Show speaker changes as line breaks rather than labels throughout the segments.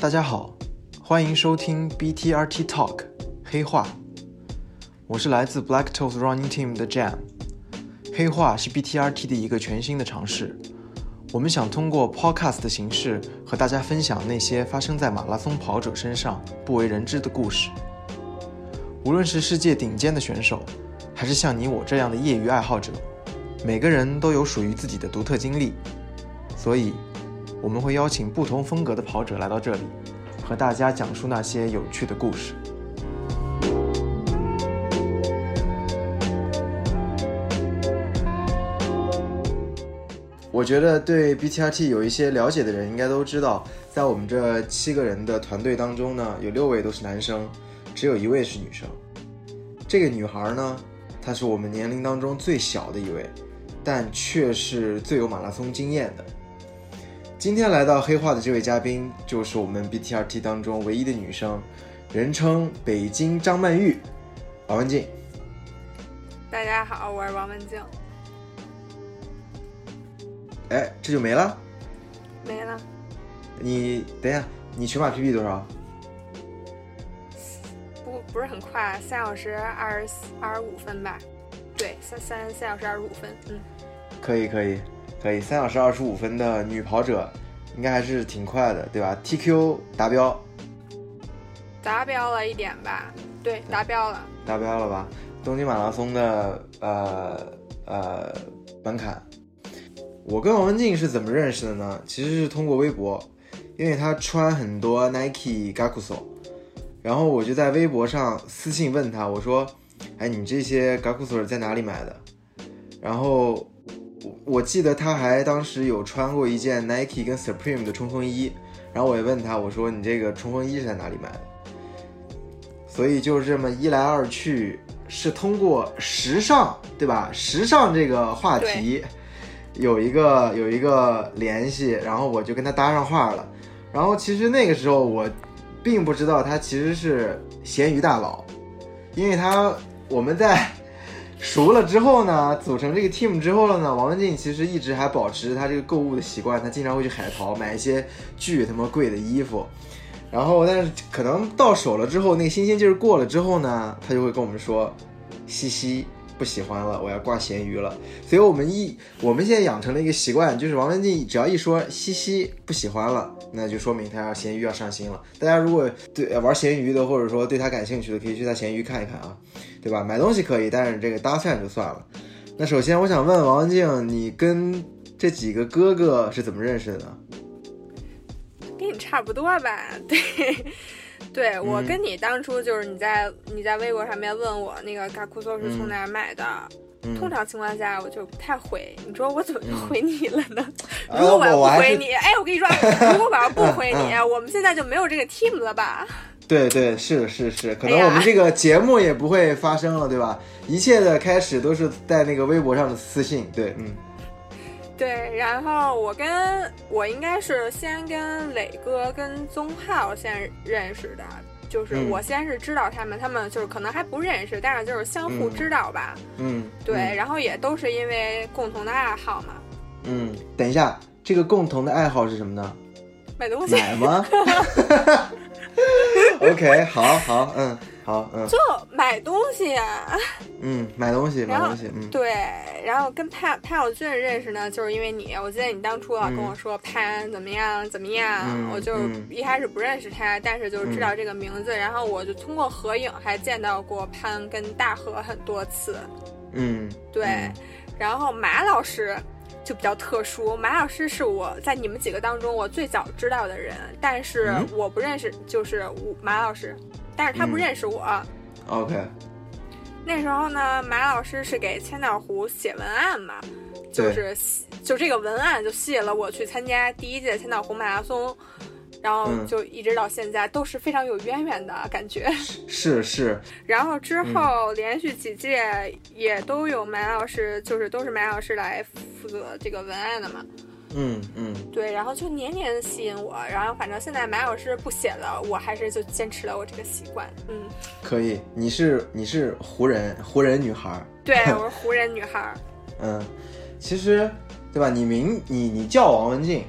大家好，欢迎收听 BTRT Talk 黑话，我是来自 Black Toes Running Team 的 Jam。黑话是 BTRT 的一个全新的尝试，我们想通过 podcast 的形式和大家分享那些发生在马拉松跑者身上不为人知的故事。无论是世界顶尖的选手，还是像你我这样的业余爱好者，每个人都有属于自己的独特经历，所以我们会邀请不同风格的跑者来到这里，和大家讲述那些有趣的故事。我觉得对 BTRT 有一些了解的人应该都知道，在我们这七个人的团队当中呢，有六位都是男生，只有一位是女生。这个女孩呢，她是我们年龄当中最小的一位，但却是最有马拉松经验的。今天来到黑化的这位嘉宾，就是我们 BTRT 当中唯一的女生，人称“北京张曼玉”，王文静。
大家好，我是王文静，
哎，这就没了。
没了，
你等一下，你全马 PB 多少？
不不是很快，三小时二十二十五分吧？对，三三三小时二十五分，嗯，
可以，可以，可以，三小时二十五分的女跑者，应该还是挺快的，对吧？TQ 达标，
达标了一点吧？对，达标了，
达标了吧？东京马拉松的呃呃门槛。我跟王文静是怎么认识的呢？其实是通过微博，因为她穿很多 Nike Gakuso，然后我就在微博上私信问她，我说：“哎，你这些 Gakuso 是在哪里买的？”然后我我记得她还当时有穿过一件 Nike 跟 Supreme 的冲锋衣，然后我也问她，我说：“你这个冲锋衣是在哪里买的？”所以就是这么一来二去，是通过时尚，对吧？时尚这个话题有一个有一个联系，然后我就跟他搭上话了。然后其实那个时候我并不知道他其实是咸鱼大佬，因为他我们在 熟了之后呢，组成这个 team 之后了呢，王文静其实一直还保持他这个购物的习惯，他经常会去海淘买一些巨他妈贵的衣服。然后，但是可能到手了之后，那个新鲜劲儿过了之后呢，他就会跟我们说：“西西不喜欢了，我要挂咸鱼了。”所以，我们一我们现在养成了一个习惯，就是王文静只要一说西西不喜欢了，那就说明他要咸鱼要上新了。大家如果对玩咸鱼的，或者说对他感兴趣的，可以去他咸鱼看一看啊，对吧？买东西可以，但是这个搭讪就算了。那首先，我想问王文静，你跟这几个哥哥是怎么认识的呢？
跟你差不多吧？ 对，对
嗯
我跟你当初就是你在你在微博上面问我那个嘎库索是从哪儿买的。
嗯
通常情况下，我就不太回。你说我怎么就回你了呢？
嗯
如果
哎
要
我
不
我还
回
是
你，哎，我跟你说，如果我要不回 你，我们现在就没有这个 team 了吧？
对对，是的是的是的，可能
哎呀
我们这个节目也不会发生了，对吧？一切的开始都是在那个微博上的私信，对，嗯
对，然后我跟我应该是先跟磊哥跟宗浩先认识的，就是
嗯
我先是知道他们，他们就是可能还不认识，但是就是相互
嗯
知道吧。
嗯，
对，然后也都是因为共同的爱好嘛，
嗯，嗯，等一下，这个共同的爱好是什么 呢？
买东西。
买吗 ？OK，好好，嗯，好，嗯
就买东西啊，
嗯，买东西，买
然后
东西，嗯，
对，然后跟潘潘晓俊认识呢，就是因为你，我记得你当初啊老跟
嗯
我说潘怎么样怎么样，
嗯
我就
嗯
一开始不认识他，但是就是知道这个名字，然后我就通过合影还见到过潘跟大河很多次，
嗯，
对，
嗯
然后马老师就比较特殊，马老师是我在你们几个当中我最早知道的人，但是
嗯
我不认识，就是我马老师，但是他不
嗯
认识我。
，OK，
那时候呢，马老师是给千岛湖写文案嘛，就
对
是吸就这个文案就吸引了我去参加第一届千岛湖马拉松，然后
嗯
就一直到现在都是非常有渊源的感觉。
是是，
然后之
嗯
后连续几届也都有马老师，就是都是马老师来负责这个文案的嘛。
嗯嗯，
对，然后就年年吸引我，然后反正现在马老师不写了，我还是就坚持了我这个习惯。嗯，
可以，你是你是湖人湖人女孩儿，
对我是湖人女孩儿，
嗯，其实对吧？你名你你叫王文静，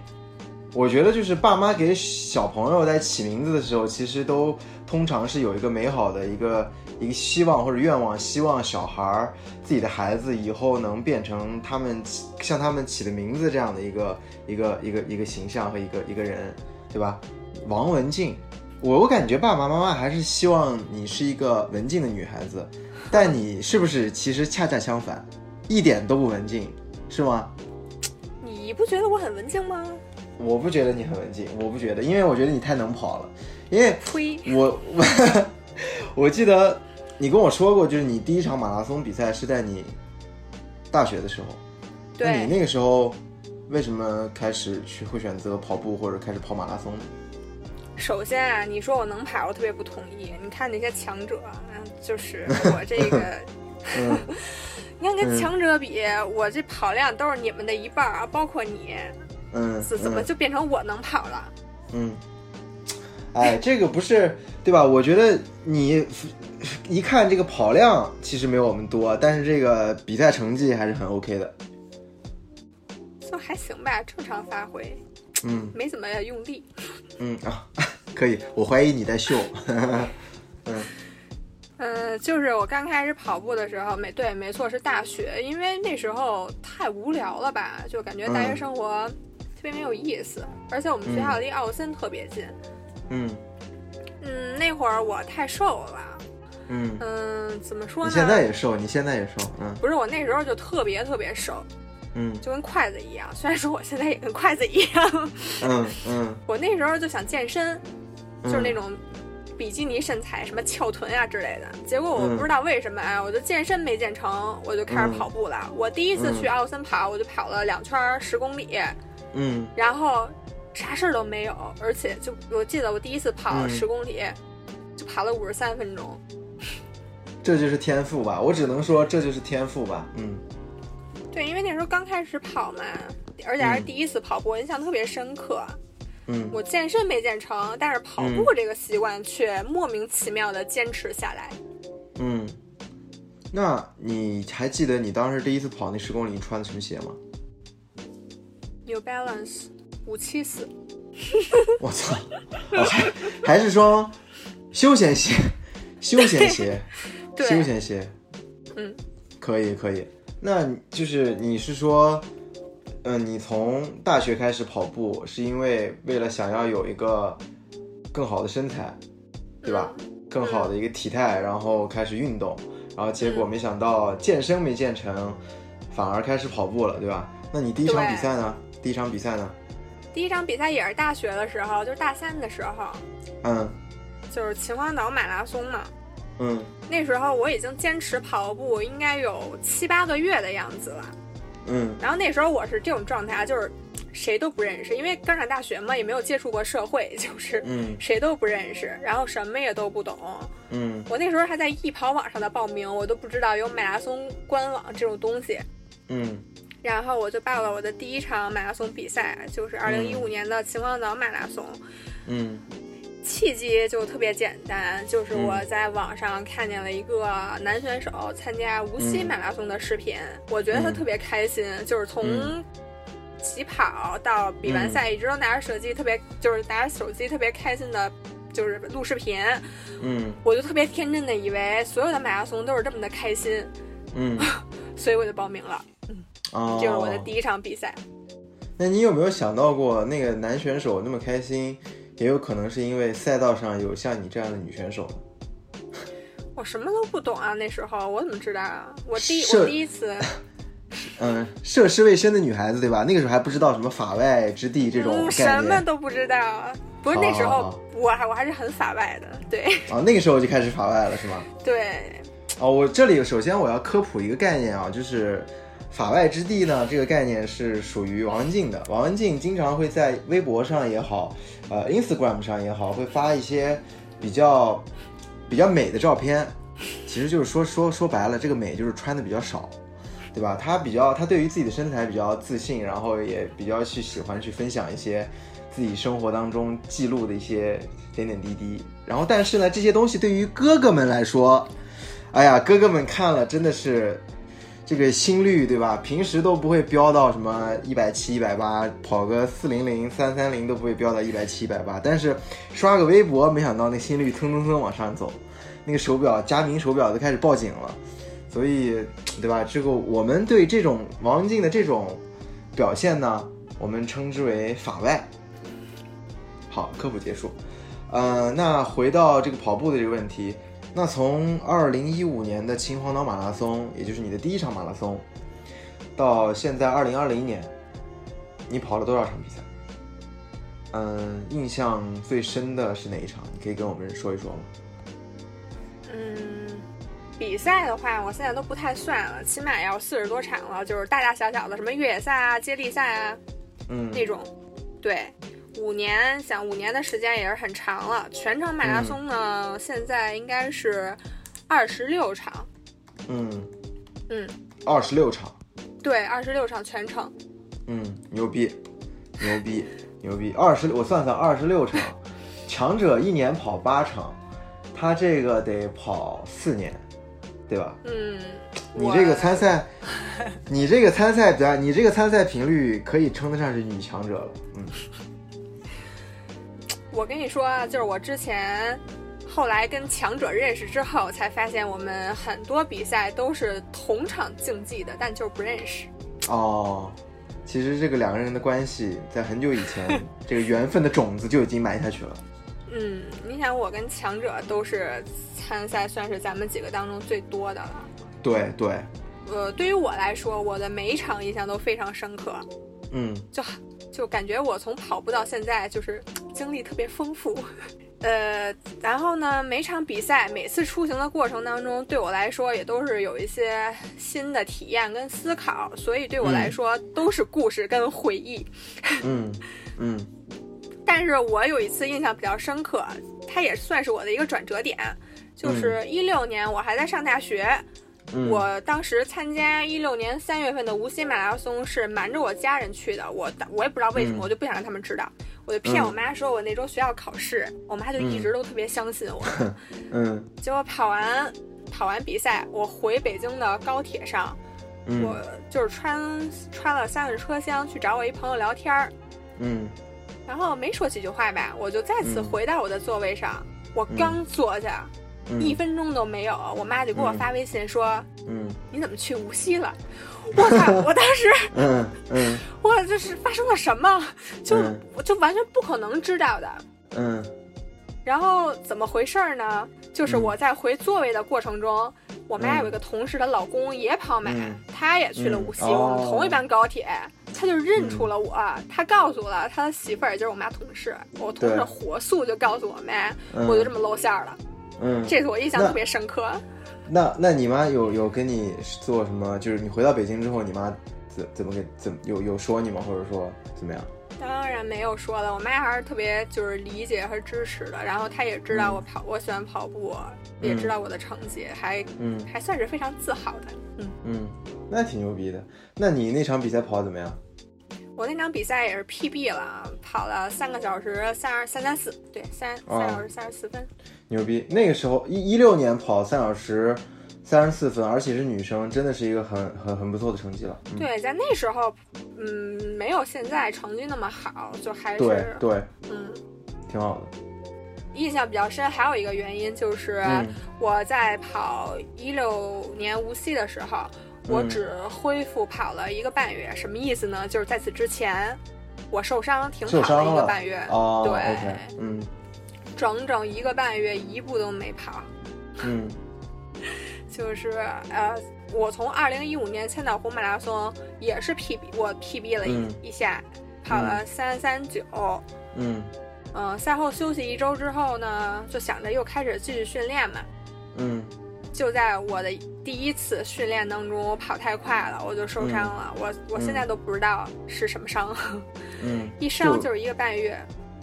我觉得就是爸妈给小朋友在起名字的时候，其实都通常是有一个美好的一个一个希望或者愿望，希望小孩儿自己的孩子以后能变成他们起像他们起的名字这样的一个一个一个一个形象和一个一个人，对吧？王文静，我我感觉爸爸妈妈还是希望你是一个文静的女孩子，但你是不是其实恰恰相反，一点都不文静，是吗？
你不觉得我很文静吗？
我不觉得你很文静，我不觉得，因为我觉得你太能跑了。因为
呸！
我 我记得你跟我说过，就是你第一场马拉松比赛是在你大学的时候。那你
对，
那个时候为什么开始去会选择跑步或者开始跑马拉松呢？
首先啊，你说我能跑，我特别不同意。你看那些强者，嗯， 就是我这个
嗯，
你看
嗯
跟强者比，我这跑量都是你们的一半儿，啊包括你，
嗯，
怎怎么
嗯
就变成我能跑了？
嗯，哎，这个不是对吧？我觉得你一看这个跑量其实没有我们多，但是这个比赛成绩还是很 OK 的。
就还行吧，正常发挥，
嗯
没怎么用力。
嗯啊， 可以，我怀疑你在秀。
嗯，就是我刚开始跑步的时候，没对，没错是大学，因为那时候太无聊了吧，就感觉大学
嗯
生活特别没有意思，而且我们学校离奥森特别近。
嗯
嗯，那会儿我太瘦了，
嗯，
嗯，怎么说
你
呢？
现在也瘦，你现在也瘦。嗯
不是我那时候就特别特别瘦，
嗯
就跟筷子一样。虽然说我现在也跟筷子一样，
嗯嗯，
我那时候就想健身，
嗯
就是那种比基尼身材，什么翘臀啊之类的。结果我
嗯
不知道为什么哎，我就健身没健成，我就开始
嗯
跑步了。我第一次去
嗯
奥森跑，我就跑了两圈十公里，
嗯
然后啥事儿都没有，而且就我记得我第一次跑
嗯
十公里，就跑了五十三分钟。
这就是天赋吧？我只能说这就是天赋吧。嗯
对，因为那时候刚开始跑嘛，而且还是
嗯
第一次跑步，我印象特别深刻。
嗯，
我健身没健成，但是跑步这个习惯却莫名其妙的坚持下来。
嗯，那你还记得你当时第一次跑那十公里你穿的什么鞋吗？
New Balance 五七四，
我操！哦、还还是双休闲鞋，休闲鞋，
对
休闲鞋。
嗯，
可以可以。那你就是你是说，嗯、你从大学开始跑步，是因为为了想要有一个更好的身材，对吧？
嗯
更好的一个体态，然后开始运动，然后结果
嗯
没想到健身没健成，反而开始跑步了，对吧？那你第一场
对
比赛呢？第一场比赛呢？
第一场比赛也是大学的时候，就是大三的时候，
嗯
就是秦皇岛马拉松嘛。
嗯
那时候我已经坚持跑步，应该有七八个月的样子了。
嗯
然后那时候我是这种状态，啊就是谁都不认识，因为刚上大学嘛，也没有接触过社会， 就是
嗯
谁都不认识，然后什么也都不懂。
嗯
我那时候还在易跑网上的报名，我都不知道有马拉松官网这种东西。
嗯
然后我就报了我的第一场马拉松比赛，就是二零一五年的秦皇岛马拉松。
嗯
契机就特别简单，就是我在网上看见了一个男选手参加无锡马拉松的视频，我觉得他特别开心，就是从
嗯
起跑到比完赛，一直都拿着手机，特别就是拿着手机特别开心的，就是录视频。
嗯
我就特别天真的以为所有的马拉松都是这么的开心，
嗯，
所以我就报名了，
哦，
这是我的第一场比赛。
那你有没有想到过，那个男选手那么开心，也有可能是因为赛道上有像你这样的女选手呢？
我什么都不懂啊，那时候我怎么知道啊？我第
是
我第一次。
嗯，涉世未深的女孩子，对吧？那个时候还不知道什么法外之地这种
嗯、
概
什么
念
都不知道。啊不是
好
那时
好好
候我还我还是很法外的，对
啊，那个时候就开始法外了，是吗？
对，
哦，我这里首先我要科普一个概念啊，就是法外之地呢，这个概念是属于王文静的。王文静经常会在微博上也好，呃，Instagram 上也好，会发一些比较比较美的照片。其实就是说说说白了，这个美就是穿的比较少，对吧？她比较，她对于自己的身材比较自信，然后也比较去喜欢去分享一些自己生活当中记录的一些点点滴滴。然后，但是呢，这些东西对于哥哥们来说，哎呀，哥哥们看了真的是这个心率对吧？平时都不会飙到什么一百七、一百八，跑个四零零、三三零都不会飙到一百七、一百八。但是刷个微博，没想到那心率蹭蹭蹭往上走，那个手表佳明手表都开始报警了。所以，对吧？这个我们对这种王文静的这种表现呢，我们称之为法外。好，科普结束。呃，那回到这个跑步的这个问题，那从二零一五年的秦皇岛马拉松，也就是你的第一场马拉松，到现在二零二零年，你跑了多少场比赛？嗯、印象最深的是哪一场？你可以跟我们说一说吗？
嗯，比赛的话，我现在都不太算了，起码要四十多场了，就是大大小小的，什么越野赛啊、接力赛啊
嗯，
那种。对，五年，想五年的时间也是很长了。全程马拉松呢，现在应该是二十六场，
嗯
嗯，
二十六场。
对，二十六场全程。
嗯，牛逼，牛逼，牛逼！二十，我算算，二十六场，强者一年跑八场，他这个得跑四年，对吧？
嗯，
你
我
这个参赛，你这个参赛，咱你这个参赛频率可以称得上是女强者了。嗯
我跟你说啊，就是我之前后来跟强者认识之后，才发现我们很多比赛都是同场竞技的，但就是不认识。
哦，其实这个两个人的关系，在很久以前，这个缘分的种子就已经埋下去了。
嗯，你想我跟强者都是参赛，算是咱们几个当中最多的了。
对对，
呃，对于我来说，我的每一场印象都非常深刻，
嗯，
就就感觉我从跑步到现在就是嘖经历特别丰富。呃，然后呢，每场比赛、每次出行的过程当中，对我来说也都是有一些新的体验跟思考，所以对我来说都是故事跟回忆。
嗯嗯
但是我有一次印象比较深刻，它也算是我的一个转折点，就是一六年我还在上大学，
嗯，
我当时参加一六年三月份的无锡马拉松是瞒着我家人去的，我当我也不知道为什么，
嗯
我就不想让他们知道，我就骗
嗯
我妈说我那周学校考试，我妈就一直都特别相信我。
嗯
结果跑完跑完比赛，我回北京的高铁上，我
嗯
就是穿穿了三轮车厢去找我一朋友聊天儿，
嗯
然后没说几句话吧，我就再次
嗯
回到我的座位上，我刚坐下，
嗯，
一分钟都没有，我妈就给我
嗯
发微信说。
嗯
你怎么去无锡了？我 操！我当时
嗯嗯
我这是发生了什么？就
嗯
我就完全不可能知道的。
嗯。
然后怎么回事儿呢？就是
嗯
我在回座位的过程中，我妈
嗯
有一个同事的老公也跑马，
嗯
他也去了无锡，
嗯
我们同一班高铁，他就认
嗯
出了我，他告诉了他的媳妇儿，也就是我妈同事，我同事
对
火速就告诉我妈，
嗯
我就这么露馅儿了。
嗯，
这次我印象
那
特别深刻。
那那你妈有有跟你做什么？就是你回到北京之后，你妈怎怎么给怎么有有说你吗？或者说怎么样？
当然没有说了，我妈还是特别就是理解和支持的，然后她也知道我跑，我喜欢跑步，也知道我的成绩，还
嗯
还算是非常自豪的。嗯，
嗯，那挺牛逼的。那你那场比赛跑得怎么样？
我那场比赛也是 PB 了，跑了三个小时三二三三四，对，三三个小时三十四分。
牛逼！那个时候一一六年跑三小时三十四分，而且是女生，真的是一个很很很不错的成绩了。嗯，
对，在那时候，嗯，没有现在成绩那么好，就还
对
是
对，
嗯，
挺好的。
印象比较深。还有一个原因就是，
嗯
我在跑一六年无锡的时候，我
嗯
只恢复跑了一个半月，什么意思呢？就是在此之前，我受伤挺
受
好的
伤
一个
了
半月，
哦
对
，OK，嗯
整整一个半月一步都没跑。
嗯
就是呃，我从二零一五年千岛湖马拉松也是 PB，我 PB 了一、
嗯
一下，跑了三三九。
嗯
嗯，赛后休息一周之后呢，就想着又开始继续训练嘛。
嗯
就在我的第一次训练当中，我跑太快了，我就受伤了。我我现在都不知道是什么伤，
嗯，
一伤就是一个半月，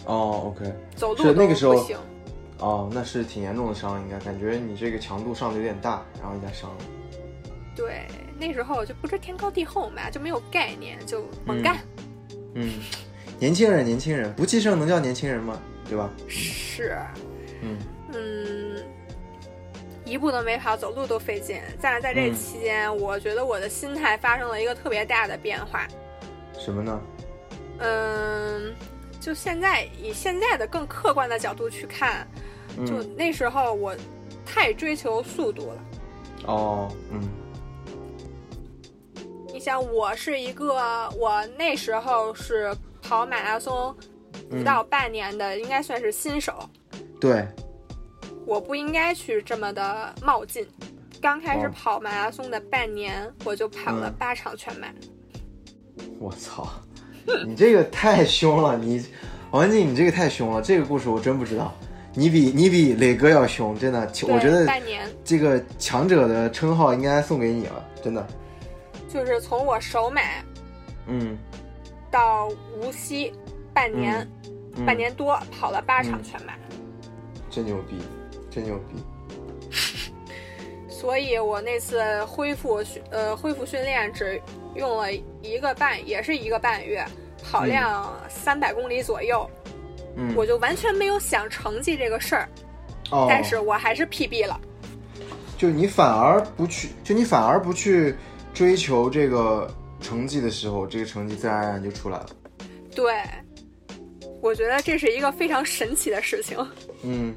哦，OK。
走路
是
都
那个时候
不行。
哦，那是挺严重的伤，应该感觉你这个强度上的有点大，然后一下伤了。
对，那时候就不知天高地厚嘛，就没有概念，就猛干。
嗯，年轻人，年轻人，不气盛能嗯叫年轻人吗？对吧？
是，
嗯
嗯，一步都没跑，走路都费劲。但是在这
嗯
期间，我觉得我的心态发生了一个特别大的变化。
什么呢？
嗯，就现在以现在的更客观的角度去看，就
嗯，
那时候我太追求速度了。
哦，嗯，
你想，我是一个，我那时候是跑马拉松
嗯
不到半年的，应该算是新手。
对，
我不应该去这么的冒进。刚开始
哦
跑马拉松的半年，我就跑了
嗯
八场全马。
我操，你这个太凶了，你王文静，你这个太凶了，这个故事我真不知道，你比你比磊哥要凶，真的，其
对
我觉得
半年
这个强者的称号应该送给你了，真的，
就是从我首买
嗯，
到无锡，半年、
嗯
半年多跑了八场全马，
真牛逼，真牛逼，
所以我那次恢复训呃恢复训练只用了一个半，也是一个半月，跑量三百公里左右，
嗯，
我就完全没有想成绩这个事儿，
哦，
但是我还是 PB 了。
就你反而不去，就你反而不去追求这个成绩的时候，这个成绩自然而然就出来了。
对，我觉得这是一个非常神奇的事情。
嗯，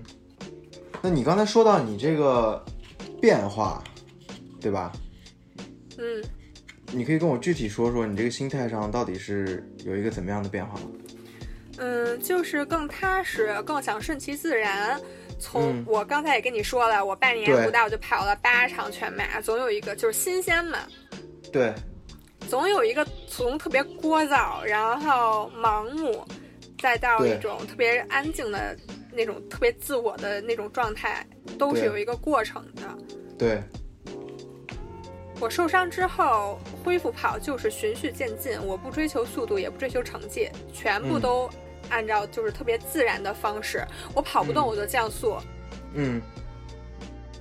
那你刚才说到你这个变化，对吧？
嗯，
你可以跟我具体说说你这个心态上到底是有一个怎么样的变化吗？
嗯，就是更踏实，更想顺其自然。从、
嗯
我刚才也跟你说了，我半年
对
不到就跑了八场全马，总有一个就是新鲜嘛，
对，
总有一个从特别聒噪，然后盲目，再到
对
一种特别安静的那种特别自我的那种状态，都是
对
有一个过程的。
对，
我受伤之后恢复跑就是循序渐进，我不追求速度，也不追求成绩，全部
嗯
都按照就是特别自然的方式。我跑不
嗯
动我就降速。
嗯，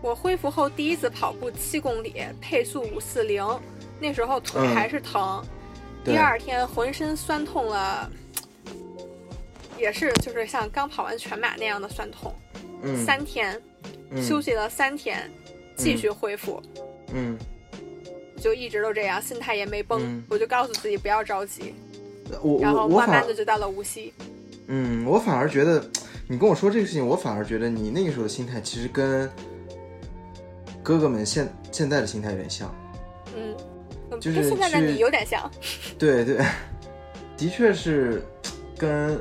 我恢复后第一次跑步七公里，配速五四零，那时候腿
嗯
还是疼。
对
第二天浑身酸痛了，也是就是像刚跑完全马那样的酸痛。
嗯，
三天
嗯
休，息了三天，继续恢复。
嗯，
就一直都这样，心态也没崩，
嗯
我就告诉自己不要着急，
我
然
我
后
我
慢
反
慢的就到了无锡。
嗯，我反而觉得，你跟我说这个事情，我反而觉得你那个时候的心态其实跟哥哥们现现在的心态有点像。
嗯，嗯
就
跟
是
现在的
去
你有点像。
对对， 的确是跟，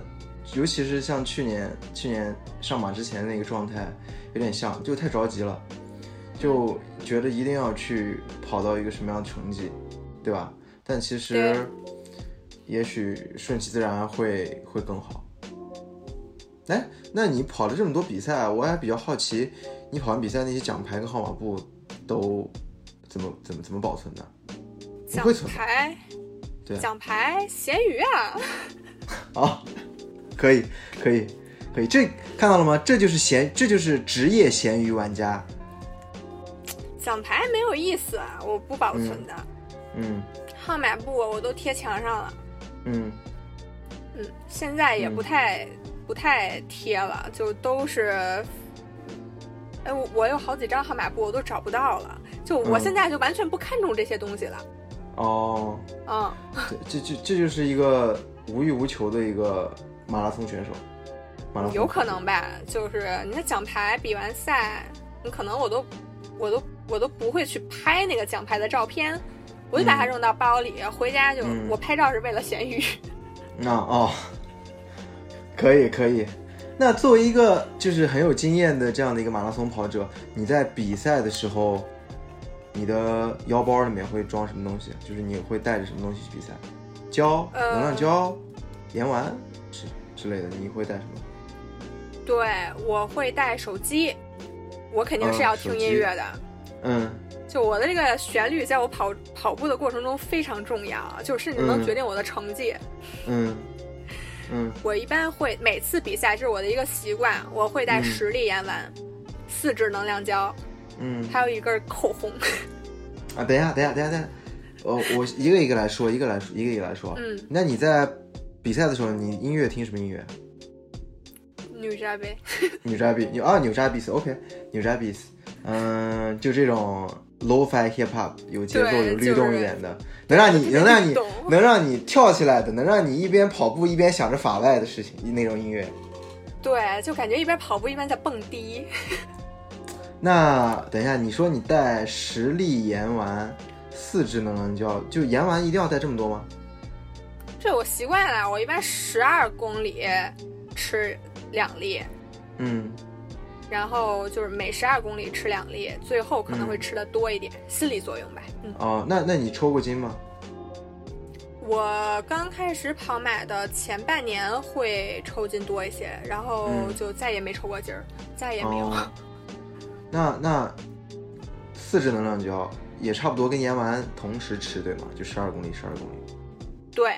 尤其是像去年去年上马之前那个状态有点像，就太着急了，就觉得一定要去跑到一个什么样的成绩，对吧？但其
对
实，也许顺其自然会会更好。哎，那你跑了这么多比赛，啊我还比较好奇，你跑完比赛那些奖牌跟号码布都怎么怎么怎么保存的？你
奖
会存吗？
牌，
对
奖牌，咸鱼啊，
啊，可以，可以，可以，这看到了吗？这就是闲，这就是职业闲鱼玩家。
奖牌没有意思，啊，我不保存的。
嗯
号码布我都贴墙上了，
嗯，
嗯，现在也不太、不太贴了，就都是，哎，我我有好几张号码布我都找不到了，就我
嗯
现在就完全不看重这些东西了，
哦，
嗯，
这这这这就是一个无欲无求的一个马拉松选手，马拉松
有可能吧，就是你看奖牌比完赛，你可能我都我都我都不会去拍那个奖牌的照片。我就把它
嗯
扔到包里，回家就、
嗯
我拍照是为了咸鱼。
那哦，可以可以。那作为一个就是很有经验的这样的一个马拉松跑者，你在比赛的时候，你的腰包里面会装什么东西？就是你会带着什么东西去比赛？胶、
呃
能量胶、盐丸之之类的，你会带什么？
对，我会带手机，我肯定是
嗯
要
手
听
机
音乐的。
嗯
就我的这个旋律，在我跑跑步的过程中非常重要，啊就是甚至能
嗯
决定我的成绩。
嗯嗯
我一般会每次比赛，这是我的一个习惯，我会带
嗯
十粒盐丸、四支能量胶，
嗯。
还有一根口红。
啊，等一下，等一下，等一下，等一下。我我一个一个来说，一个来说，一个一个来说。啊
嗯
那你在比赛的时候，你音乐听什么音乐？
女战呗，嗯
扭扎比，扭啊，扭扎比斯，OK，扭扎比斯。嗯、就这种 low-fi hip hop 有节奏、
对
有律
就是
动一点的，能让你能让你
懂
能让你跳起来的，能让你一边跑步一边想着法外的事情那种音乐。
对，就感觉一边跑步一边在蹦迪。
那等一下，你说你带十粒盐丸，四支能量胶，就盐丸一定要带这么多吗？
这我习惯了，我一般十二公里吃两粒，
嗯，
然后就是每十二公里吃两粒，最后可
嗯
能会吃的多一点，心理作用吧。嗯，
哦，那那你抽过筋吗？
我刚开始跑马的前半年会抽筋多一些，然后
嗯
就再也没抽过筋儿，再也没有。
哦那那四支能量胶也差不多跟盐丸同时吃对吗？就十二公里，十二公里。
对，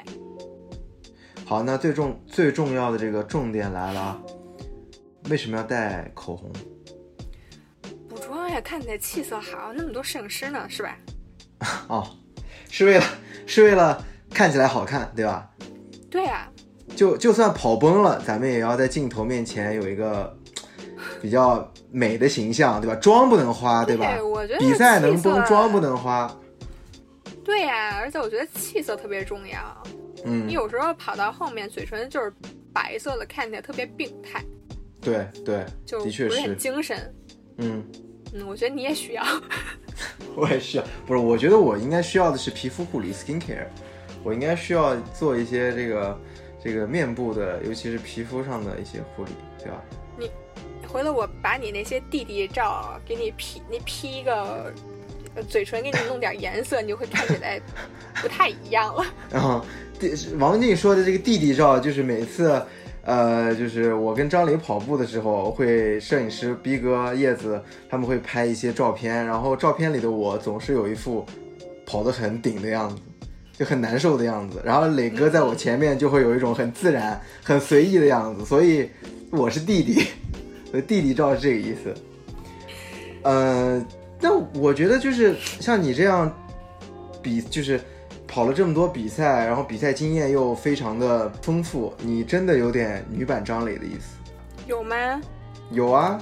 好，那最重最重要的这个重点来了，啊，为什么要带口红？
补妆呀，看起来气色好，那么多摄影师呢，是吧？
哦，是为了是为了看起来好看，对吧？
对呀、
就就算跑崩了，咱们也要在镜头面前有一个嘖比较美的形象，对吧？妆不能花，
对
吧？
我觉得
比赛能崩，
气色
妆不能花。
对呀、而且我觉得气色特别重要。
嗯
你，有时候跑到后面，嘴唇就是白色的，看起来特别病态，
对对，
就
的
不
确
是很
是。
精神。
嗯，
嗯，我觉得你也需要。
我也需要，不是？我觉得我应该需要的是皮肤护理 （skincare），我应该需要做一些这个这个面部的，尤其是皮肤上的一些护理，对吧？
回头我把你那些弟弟照给你 P，你 P 一个呃嘴唇，给你弄点颜色，你就会看起来不太一样了。
然后弟王文静说的这个弟弟照，就是每次，呃，就是我跟张磊跑步的时候，会摄影师逼哥、叶子他们会拍一些照片，然后照片里的我总是有一副跑得很顶的样子，就很难受的样子。然后磊哥在我前面就会有一种很自然、很随意的样子，所以我是弟弟，所以弟弟照是这个意思。呃，那我觉得就是像你这样比，就是跑了这么多比赛，然后比赛经验又非常的丰富，你真的有点女版张磊的意思。
有吗？
有啊，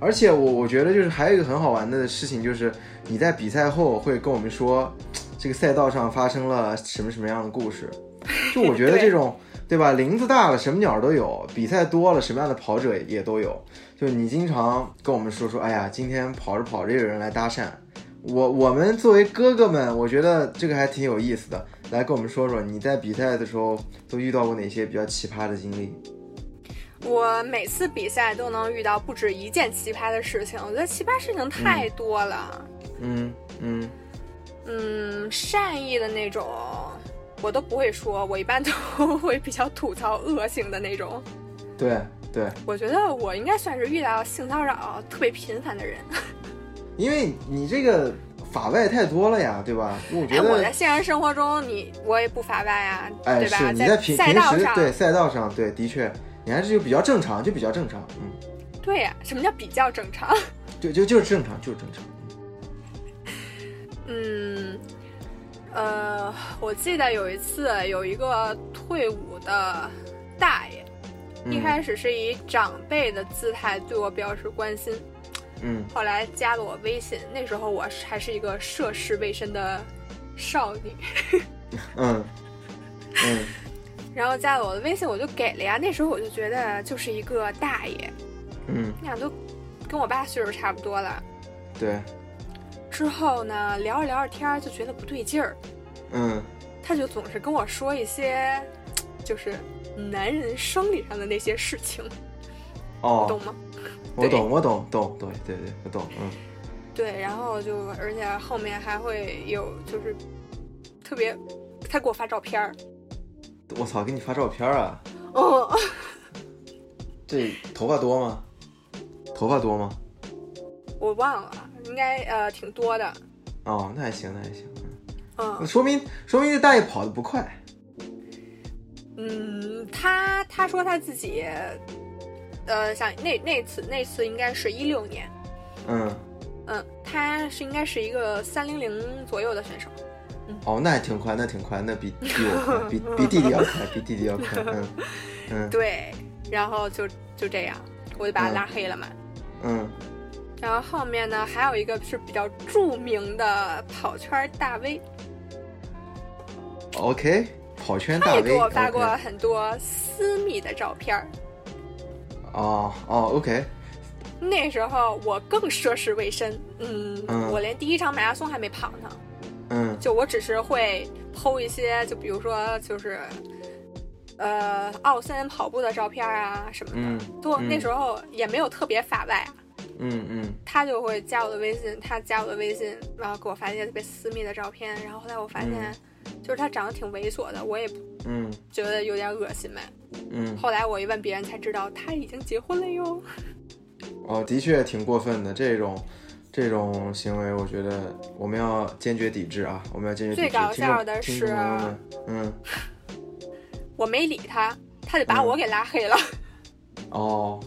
而且我我觉得就是还有一个很好玩的事情，就是你在比赛后会跟我们说，这个赛道上发生了什么什么样的故事。就我觉得
对
这种对吧，林子大了什么鸟儿都有，比赛多了什么样的跑者也都有。就你经常跟我们说说，哎呀，今天跑着跑着有人来搭讪。我我们作为哥哥们，我觉得这个还挺有意思的。来跟我们说说你在比赛的时候都遇到过哪些比较奇葩的经历？
我每次比赛都能遇到不止一件奇葩的事情，我觉得奇葩事情太多了。
嗯嗯，
嗯，善意的那种我都不会说，我一般都会比较吐槽恶性的那种。
对对。
我觉得我应该算是遇到性骚扰特别频繁的人。
因为你这个法外太多了呀，对吧？我觉
哎，我
得，
在现实生活中你我也不乏外啊，
哎，
对吧？
是你在平
赛
平
道
时
上，
对赛道上，对，的确，你还是就比较正常，就比较正常，嗯，
对呀、什么叫比较正常？
就就就是正常，就是正常。
嗯，呃，我记得有一次有一个退伍的大爷，
嗯、
一开始是以长辈的姿态对我表示关心，
嗯
后来加了我微信，那时候我还是一个涉世未深的少女。
嗯嗯
然后加了我的微信，我就给了呀。那时候我就觉得就是一个大爷，
嗯，
你俩都跟我爸岁数差不多了。
对，
之后呢，聊着聊着天儿就觉得不对劲儿，
嗯
他就总是跟我说一些，就是男人生理上的那些事情，
哦
懂，吗？
我懂，我懂，懂，对对对，我懂，嗯
对，然后就而且后面还会有就是特别，他给我发照片儿，，
我操，给你发照片啊，
哦，
这头发多吗？头发多吗？
我忘了，应该呃挺多的，
哦，那还行，那还行，
嗯
嗯说明说明这大爷跑得不快，
嗯，他他说他自己，呃，想那那次那次应该是一六年，
嗯，
嗯，他是应该是一个三零零左右的选手。
哦，那还挺快，那挺快，那比比我 快，比比弟弟要快，比弟弟要快。嗯嗯
对，然后就就这样，我就把他
嗯
拉黑了嘛。
嗯
然后后面呢，还有一个是比较著名的跑圈大 V，
OK，跑圈
他
大
也给
V，
我发过
OK
很多私密的照片儿。
哦哦，OK，
那时候我更涉世未深，嗯，
嗯
我连第一场马拉松还没跑呢，
嗯
就我只是会剖一些，就比如说就是，呃，奥森跑步的照片啊什么的，
嗯
都
嗯
那时候也没有特别法外啊。
嗯嗯
他就会加我的微信，他加我的微信，然后给我发一些特别私密的照片。然后后来我发现，就是他长得挺猥琐的，我也
嗯
觉得有点恶心呗。
嗯，
后来我一问别人才知道，他已经结婚了哟。
哦，的确挺过分的这种。这种行为，我觉得我们要坚决抵制啊！我们要坚决抵制。
最搞
听众
笑的
听众
是啊
朋友们，嗯，
我没理他，他就把我给拉黑了。
哦，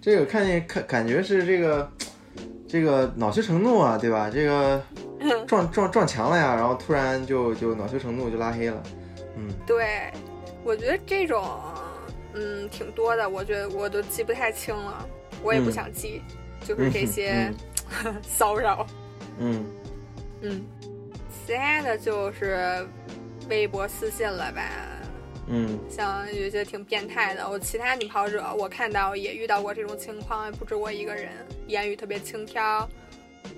这个看见看感觉是这个这个恼羞成怒啊，对吧？这个
嗯
撞撞撞墙了呀，然后突然就就恼羞成怒就拉黑了，嗯
对，我觉得这种嗯挺多的，我觉得我都记不太清了，我也不
嗯
想记，就是这些、 骚扰。
嗯
嗯，其他的就是微博私信了吧。
嗯
像有一些挺变态的，我其他女跑者我看到也遇到过这种情况，也不止我一个人，言语特别轻佻，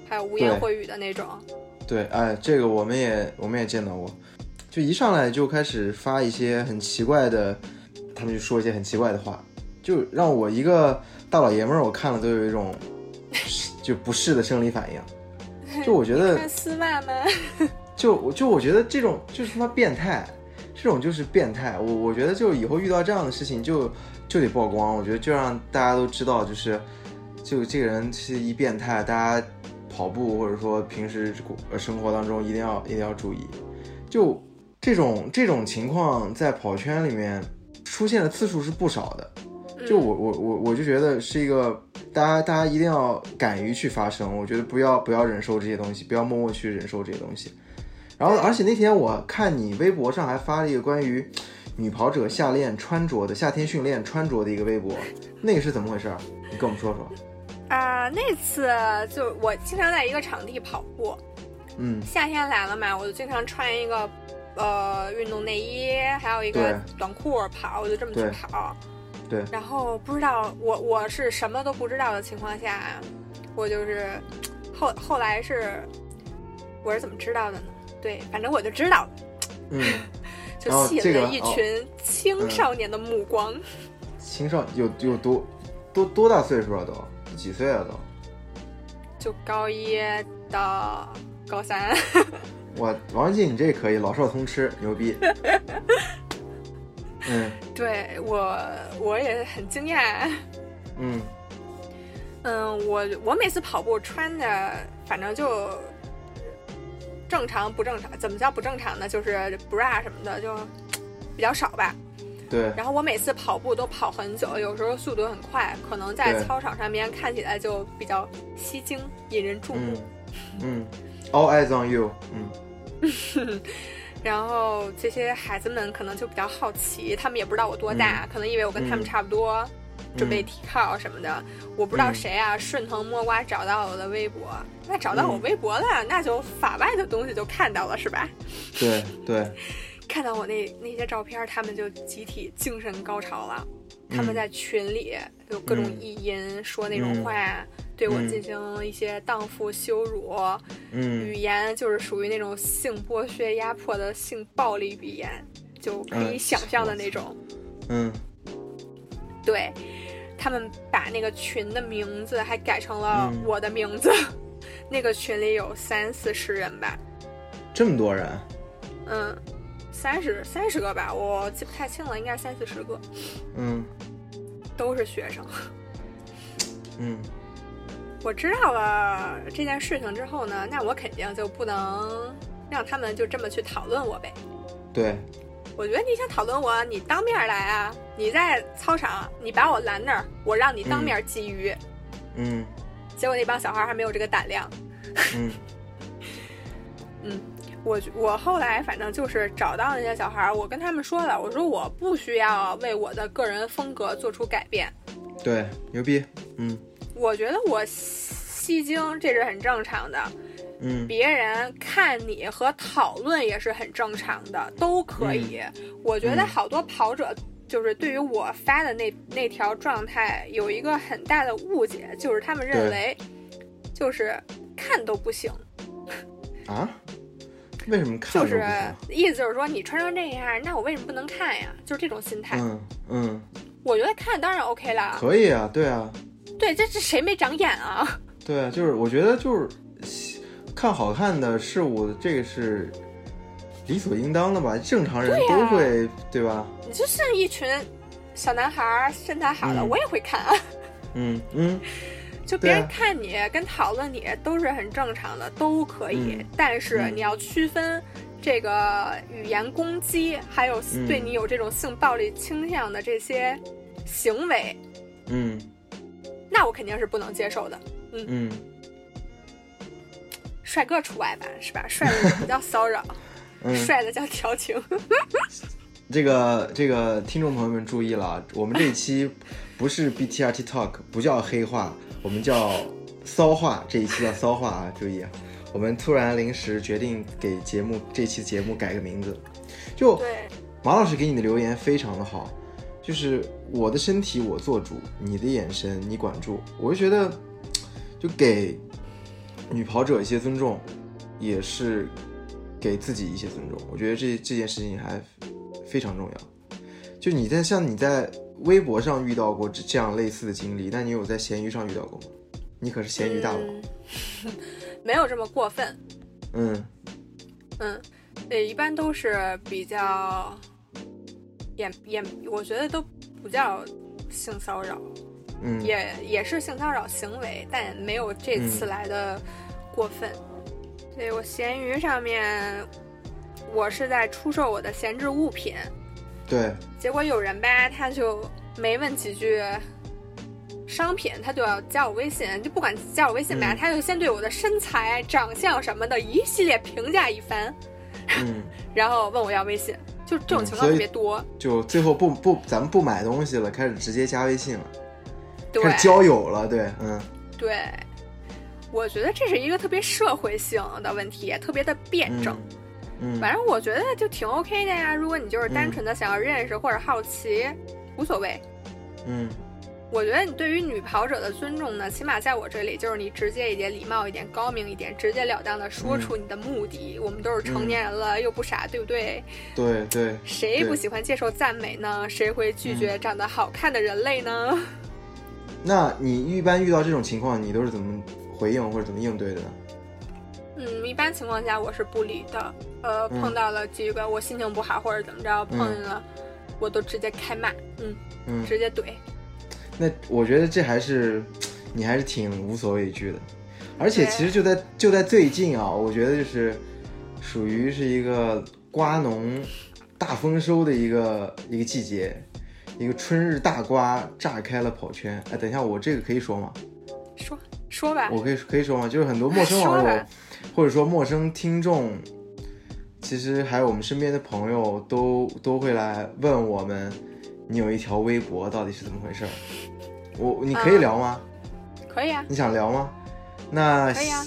还有污言秽语的那种。
嗯，对，哎，这个我们也我们也见到过，就一上来就开始发一些很奇怪的，他们就说一些很奇怪的话，就让我一个大老爷们儿，我看了都有一种 就不适的生理反应，就我觉得
你看丝袜吗？
就我就我觉得这种就是他妈变态，这种就是变态。我我觉得就以后遇到这样的事情就就得曝光，我觉得就让大家都知道，就是就这个人是一变态，大家跑步或者说平时呃生活当中一定要一定要注意。就这种这种情况在跑圈里面出现的次数是不少的。就我我我我就觉得是一个大家大家一定要敢于去发声，我觉得不要不要忍受这些东西，不要默默去忍受这些东西。然后，而且那天我看你微博上还发了一个关于女跑者夏练穿着的夏天训练穿着的一个微博，那个是怎么回事儿？你跟我们说说。
啊、那次就我经常在一个场地跑步，
嗯
夏天来了嘛，我就经常穿一个呃运动内衣，还有一个
对
短裤跑，我就这么去
对
跑。
对
然后不知道我我是什么都不知道的情况下，我就是后后来是我是怎么知道的呢？对，反正我就知道了，
嗯，
就
哦
吸
这
引
个
了一
哦
群青少年的目光。
青少有有多多多大岁数了都？几岁了都？
就高一到高三，
我王文静，你这可以，老少通吃，牛 逼。嗯
对我我也很惊讶。
嗯
嗯，我我每次跑步穿的，反正就正常不正常，怎么叫不正常呢？就是 bra 什么的就比较少吧。
对，
然后我每次跑步都跑很久，有时候速度很快，可能在
对
操场上面看起来就比较吸睛，引人注目。
嗯嗯，All eyes on you。嗯
然后这些孩子们可能就比较好奇，他们也不知道我多大，可能以为我跟他
嗯
们差不多，准备
嗯
提考什么的。我不知道
嗯
谁啊，顺藤摸瓜找到我的微博，那找到我
嗯
微博了，那就法外的东西就看到了是吧？
对对，
看到我那那些照片，他们就集体精神高潮了。 他们在群里有各种
嗯
意淫，说那种话，对我进行一些荡妇羞辱，
嗯
语言就是属于那种性剥削、压迫的性暴力语言，就可以
嗯
想象的那种。
嗯
对，他们把那个群的名字还改成了
嗯
我的名字， 那个群里有三四十人吧，
嗯，这么多人。
嗯，三十三十个吧，我记不太清了，应该是三四十个，
嗯
都是学生。
嗯
我知道了这件事情之后呢，那我肯定就不能让他们就这么去讨论我呗。，
对，
我觉得你想讨论我，你当面来啊！你在操场，你把我拦那儿，我让你当面觊觎。
嗯
结果那帮小孩还没有这个胆量。
嗯
我我后来反正就是找到那些小孩，我跟他们说了，我说我不需要为我的个人风格做出改变，
对，牛逼。嗯
我觉得我现吸睛，这是很正常的。
嗯
别人看你和讨论也是很正常的，都可以。
嗯
我觉得好多跑者就是对于我发的那那条状态有一个很大的误解，就是他们认
对
为就是看都不行，
啊，为什么看
就
都不
是
行？
意思就是说你穿成这样，那我为什么不能看呀？就是这种心态。
嗯嗯，
我觉得看当然 OK 了，
可以啊，对啊，
对，这这谁没长眼啊？
对啊，就是我觉得就是喜看好看的事物，这个是理所应当的吧？正常人
呀
都会对吧？
你就像一群小男孩儿身材好的，
嗯
我也会看啊。
嗯嗯，
就别人
对
看你跟讨论你都是很正常的，都可以。
嗯
但是
嗯
你要区分这个语言攻击，还有
嗯
对你有这种性暴力倾向的这些行为，
嗯
那我肯定是不能接受的。
嗯，
帅哥除外吧，是吧？帅的不叫骚扰，
嗯
帅的叫调情。
这个这个听众朋友们注意了啊，我们这一期不是 BTRT Talk，不 叫黑话，我们叫骚话，这一期叫骚话啊，注意啊，我们突然临时决定给节目这期节目改个名字，就
对，
马老师给你的留言非常的好，就是我的身体我做主，你的眼神你管住。我就觉得，就给女跑者一些尊重，也是给自己一些尊重。我觉得这这件事情还非常重要。就你在像你在微博上遇到过这这样类似的经历，那你有在闲鱼上遇到过吗？你可是闲鱼大佬。
嗯， 没有这么过分。
嗯
嗯，对，一般都是比较也也，我觉得都不叫性骚扰。
嗯
也也是性骚扰行为，但没有这次来的过分。所以我闲鱼上面，我是在出售我的闲置物品，
对，
结果有人吧，他就没问几句商品，他就要加我微信，就不管加我微信吧，
嗯
他就先对我的身材、长相什么的一系列评价一番，
嗯，
然后问我要微信，就这种
嗯
情况特
所以
别多。
就最后不不，咱们不买东西了，开始直接加微信了。
对，
嗯开始交友了，对，嗯
对，我觉得这是一个特别社会性的问题，特别的辩证。
嗯，
反正我觉得就挺 OK 的呀。如果你就是单纯的想要认识或者好奇，无所谓。
嗯
我觉得你对于女跑者的尊重呢，起码在我这里就是你直接一点、礼貌一点、高明一点，直截了当的说出
嗯
你的目的。我们都是成年人了，又不傻，对不对？
对对
谁
嗯对嗯
不喜欢接受赞美呢？谁会拒绝长得好看的人类呢？
那你一般遇到这种情况，你都是怎么回应或者怎么应对的呢？
嗯，一般情况下我是不理的。呃，
嗯
碰到了几个我心情不好或者怎么着，碰见了、我都直接开骂，嗯，
嗯，
直接怼。
那我觉得这还是你还是挺无所畏惧的，而且
对
其实就在就在最近啊，我觉得就是属于是一个瓜农大丰收的一个一个季节，一个春日大瓜炸开了跑圈。哎，等一下，我这个可以说吗？
说说吧，
我可以可以说吗？就是很多陌生网
哎说
友
吧，
或者说陌生听众，其实还有我们身边的朋友都都会来问我们，你有一条微博到底是怎么回事儿？我你可以
啊
聊吗？
可以啊，
你想聊吗？那
可以啊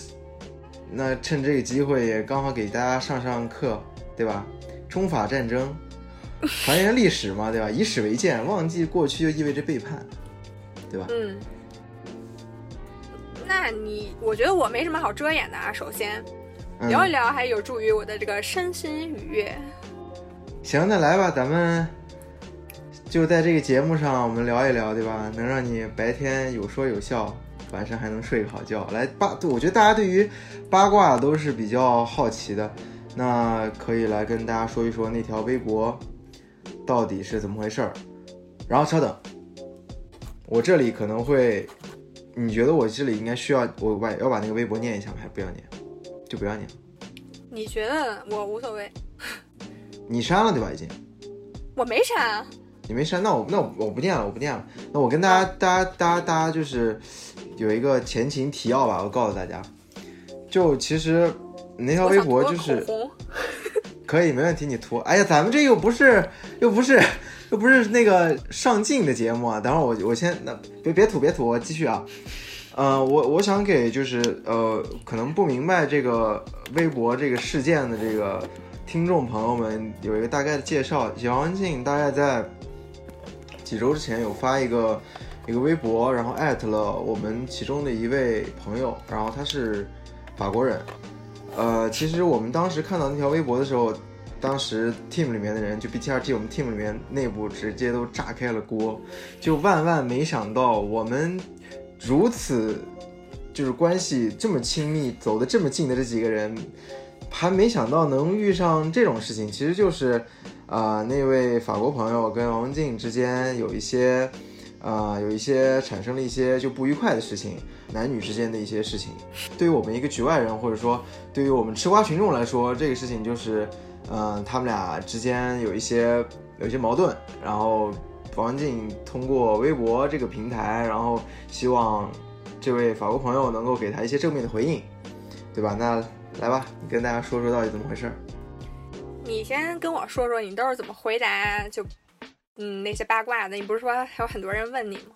那趁这个机会也刚好给大家上上课，对吧？中法战争， 还原历史嘛，对吧？以史为鉴，忘记过去就意味着背叛，对吧？
嗯。那你，我觉得我没什么好遮掩的啊。首先，
嗯
聊一聊还有助于我的这个身心愉悦。
行，那来吧，咱们就在这个节目上，我们聊一聊，对吧？能让你白天有说有笑，晚上还能睡个好觉。来八，对我觉得大家对于八卦都是比较好奇的，那可以来跟大家说一说那条微博到底是怎么回事儿。然后稍等，我这里可能会，你觉得我这里应该需要我把要把那个微博念一下吗？还是不要念？就不要念了。
你觉得呢我无所谓，
你删了对吧？已经。
我没删啊。
你没删，那我那我我不念了，我不念了。那我跟大家大家大家大家就是有一个前情提要吧，我告诉大家，就其实你那条
我
微
想涂
博
个
就
口
是
红，
可以，没问题，你涂。哎呀，咱们这又不是又不是 又不是那个上镜的节目啊。等会儿我我先那别别涂别涂，我继续啊。呃，我我想给就是呃，可能不明白这个微博这个事件的这个听众朋友们有一个大概的介绍。姚文静大概在几周之前有发一个一个微博，然后艾特了我们其中的一位朋友，然后他是法国人。呃，其实我们当时看到那条微博的时候，当时 team 里面的人就 BTRT 我们 team 里面内部直接都炸开了锅，就万万没想到我们如此就是关系这么亲密、走得这么近的这几个人，还没想到能遇上这种事情。其实就是啊、呃那位法国朋友跟王文静之间有一些啊、呃有一些产生了一些就不愉快的事情，男女之间的一些事情。对于我们一个局外人，或者说对于我们吃瓜群众来说，这个事情就是，嗯、他们俩之间有一些有一些矛盾，然后王文静通过微博这个平台，然后希望这位法国朋友能够给他一些正面的回应，对吧？那来吧，你跟大家说说到底怎么回事儿。
你先跟我说说你都是怎么回答就嗯那些八卦的？你不是说还有很多人问你吗？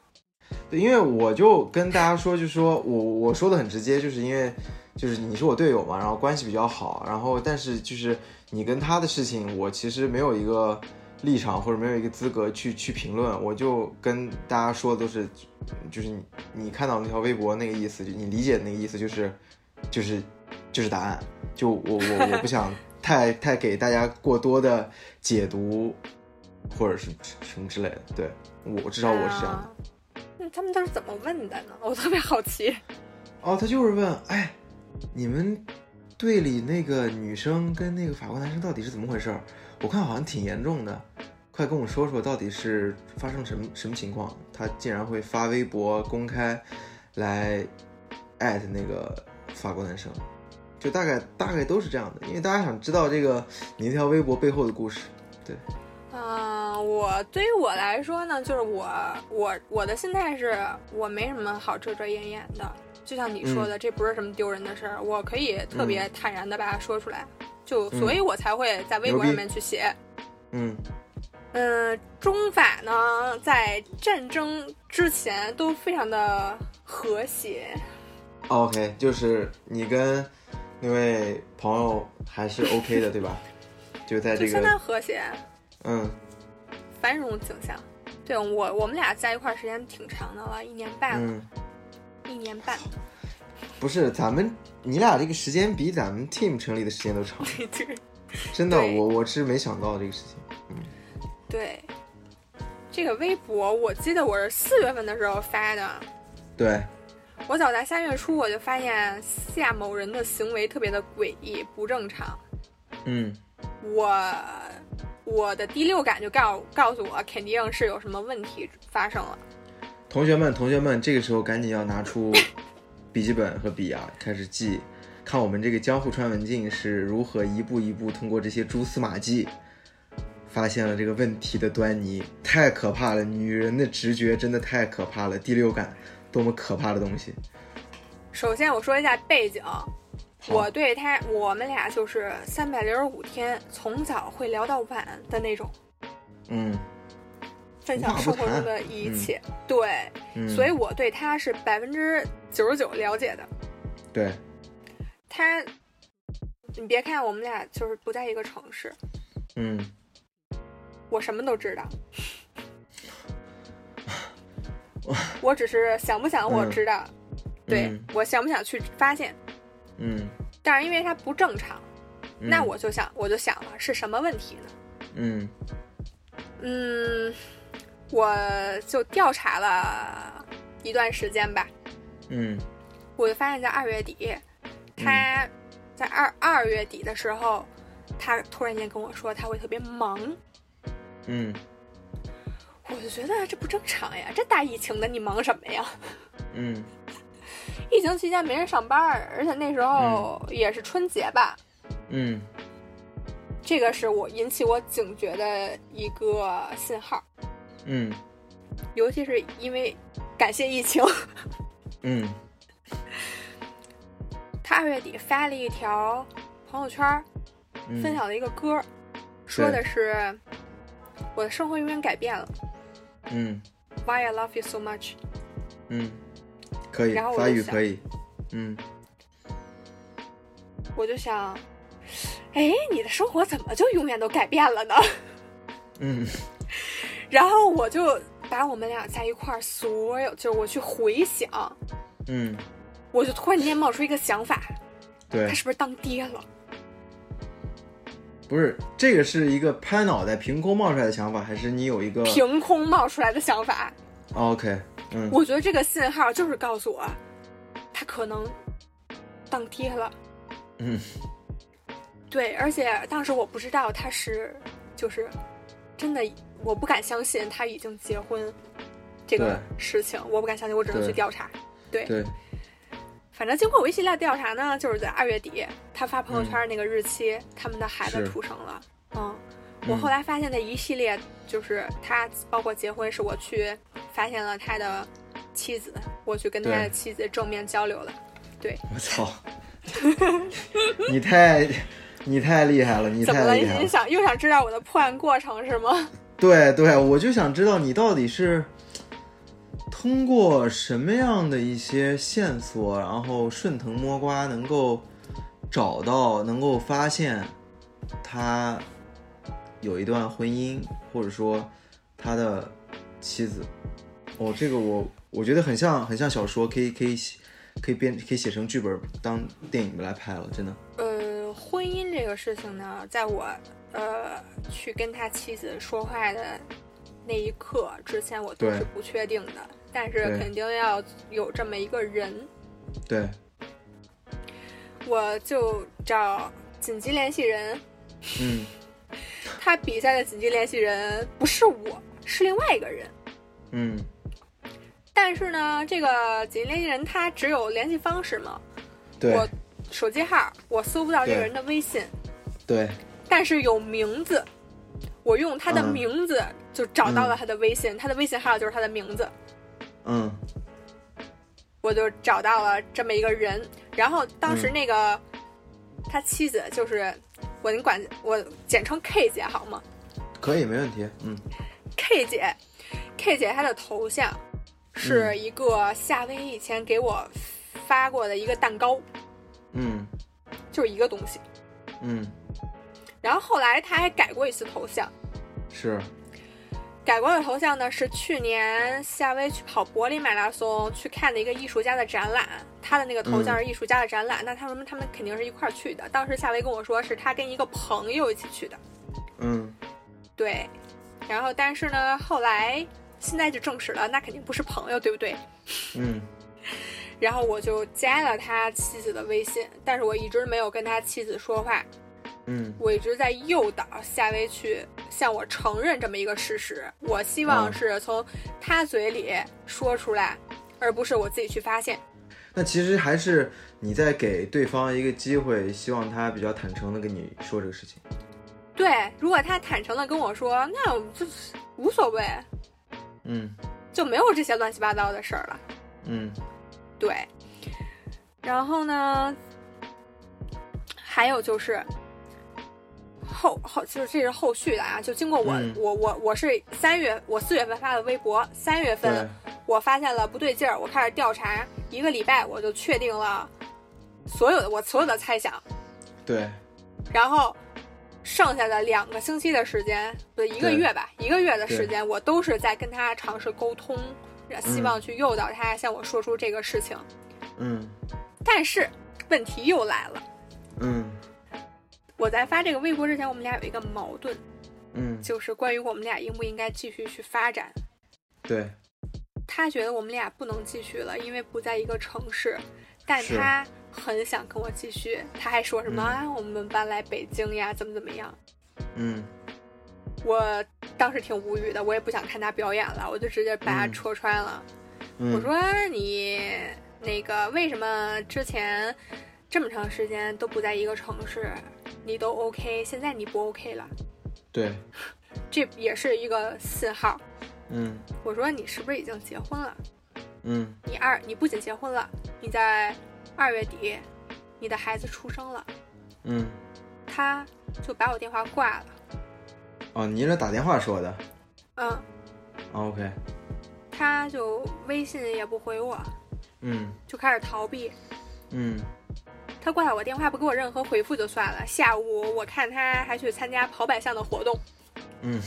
对，因为我就跟大家说，就说我我说的很直接，就是因为就是你是我队友嘛，然后关系比较好，然后但是就是你跟他的事情，我其实没有一个立场或者没有一个资格去去评论，我就跟大家说的都是，就是你你看到那条微博那个意思，就你理解的那个意思就是就是就是答案，就我我我不想太太给大家过多的解读或者是什么之类的，对我至少我是这样的。
啊那他们都是怎么问的呢？我特别好奇。
哦，他就是问，哎，你们队里那个女生跟那个法国男生到底是怎么回事儿？我看好像挺严重的，快跟我说说到底是发生什么什么情况？他竟然会发微博公开来艾特那个法国男生，就大概大概都是这样的，因为大家想知道这个你那条微博背后的故事。
嗯、我对于我来说呢，就是我我我的心态是我没什么好遮遮掩掩的，就像你
嗯
说的，这不是什么丢人的事儿，我可以特别坦然的把它说出来，就
嗯
所以我才会在微
牛
博
逼
上面去写。
嗯
嗯，中法呢在战争之前都非常的和谐，
，OK，就是你跟那位朋友还是 OK 的，对吧？就在
就
这
相当
个
和谐，
嗯
繁荣景象。对我我们俩在一块儿时间挺长的了，一年半了，
嗯。
一年半。
不是咱们，你俩这个时间比咱们 team 成立的时间都 长，
对对
真的，
对
我我是没想到这个事情。
对，这个微博我记得我是四月份的时候发的，
对，
我早在三月初我就发现夏某人的行为特别的诡异不正常，
嗯
我我的第六感就告告诉我肯定是有什么问题发生了。，
同学们，同学们，这个时候赶紧要拿出笔记本和笔啊，开始记，看我们这个江户川文静是如何一步一步通过这些蛛丝马迹，发现了这个问题的端倪。太可怕了，女人的直觉真的太可怕了，第六感，多么可怕的东西。
首先我说一下背景，我对他我们俩就是三百六十五天从早会聊到晚的那种，
嗯
分享
那不
生活
谈
中的一切。对，
嗯，
所以我对他是百分之九十九了解的。
对，
他，你别看我们俩就是不在一个城市，
嗯。
我什么都知道。我只是想不想我知道，对、
嗯
我想不想去发现。
嗯，
但是因为它不正常，
嗯
那我就想我就想了是什么问题呢？
嗯
嗯，我就调查了一段时间吧，
嗯
我就发现在二月底，他在二二月底的时候，他突然间跟我说他会特别忙，
嗯
我就觉得这不正常呀，这大疫情的你忙什么呀？
嗯
疫情期间没人上班儿，而且那时候也是春节吧，
嗯
这个是我引起我警觉的一个信号，
嗯
尤其是因为感谢疫情，
嗯
他二月底发了一条朋友圈儿，
嗯，
分享了一个歌儿，说的是我的生活永远改变了
嗯
，Why I love you so much。
嗯，可以
然后，我就
法语
想
可以，嗯，
我就想，哎，你的生活怎么就永远都改变了呢？
嗯，
然后我就把我们俩在一块儿所有，就是我去回想，
嗯，
我就突然间冒出一个想法，
对
他，是不是当爹了？
不是这个是一个拍脑袋凭空冒出来的想法，还是你有一个
凭空冒出来的想法，
？OK，嗯，
我觉得这个信号就是告诉我，他可能当爹了。
嗯，
对，而且当时我不知道他是，就是真的，我不敢相信他已经结婚这个事情，我不敢相信，我只能去
对
调查。
对，
反正经过我一系列调查呢，就是在二月底，他发朋友圈那个日期，他们的孩子
嗯是
出生了。嗯，
嗯
我后来发现的一系列就是他，包括结婚，是我去发现了他的妻子，我去跟他的
对
妻子正面交流了。
我操，你太你太厉害了，你
怎么了？
太
你
厉害
你
了，
想又想知道我的破案过程是吗？
对对，我就想知道你到底是通过什么样的一些线索，然后顺藤摸瓜，能够找到，能够发现他有一段婚姻，或者说他的妻子。哦，这个我我觉得很像很像小说，可以可以写可以编可以写成剧本当电影来拍了，真的。
呃，婚姻这个事情呢，在我呃去跟他妻子说话的那一刻之前，我都
对
是不确定的。但是
对
肯定要有这么一个人，
对，
我就找紧急联系人。
嗯，
他比赛的紧急联系人不是我，是另外一个人。
嗯，
但是呢，这个紧急联系人他只有联系方式嘛，
对
我手机号，我搜不到这个
对
人的微信，
对，
但是有名字。我用他的
嗯
名字就找到了他的微信，他的微信号就是他的名字，
嗯
我就找到了这么一个人。然后当时
嗯
那个、他妻子就是我，你管我简称 K 姐好吗？
可以没问题，嗯
K 姐，K 姐她的头像是一个夏威夷以前给我发过的一个蛋糕，
嗯
就是一个东西。
嗯。
然后后来她还改过一次头像，
是，
改过的头像呢是去年夏威去跑柏林马拉松去看的一个艺术家的展览，她的那个头像是艺术家的展览，那他们他们肯定是一块儿去的。当时夏威跟我说是她跟一个朋友一起去的，
嗯，
对。然后但是呢，后来现在就证实了，那肯定不是朋友，对不对？
嗯，
然后我就加了他妻子的微信，但是我一直没有跟他妻子说话，
嗯，
我一直在诱导夏薇去向我承认这么一个事实。我希望
嗯
是从他嘴里说出来，而不是我自己去发现。
那其实还是你在给对方一个机会，希望他比较坦诚的跟你说这个事情。
对，如果他坦诚的跟我说，那我就无所谓，
嗯
就没有这些乱七八糟的事儿了。
嗯
对，然后呢，还有就是后后就是这是后续的啊，就经过我、
嗯
我我我是三月我四月份发的微博，三月
对，
份我发现了不对劲儿，我开始调查，一个礼拜我就确定了所有的我所有的猜想，
对
然后。剩下的两个星期的时间，不一个
对
月吧，一个月的时
对
间，我都是在跟他尝试沟通，希
嗯
望去诱导他向我说出这个事情。
嗯
但是问题又来了，
嗯
我在发这个微博之前，我们俩有一个矛盾，
嗯，
就是关于我们俩应不应该继续去发展。
对
他觉得我们俩不能继续了，因为不在一个城市，但
是
他很想跟我继续，他还说什么、
嗯
啊我们搬来北京呀，怎么怎么样。
嗯
我当时挺无语的，我也不想看他表演了，我就直接把他
嗯
戳穿了。
嗯，
我说你那个为什么之前这么长时间都不在一个城市，你都 OK，现在你不 OK 了，
对，
这也是一个信号。
嗯
我说你是不是已经结婚了？
嗯
你二你不仅结婚了，你在二月底，你的孩子出生了，
嗯，
他就把我电话挂了。
哦，你俩打电话说的
嗯，
哦，OK，
他就微信也不回我，
嗯
就开始逃避。
嗯
他挂了我电话不给我任何回复就算了，下午我看他还去参加跑百项的活动，
嗯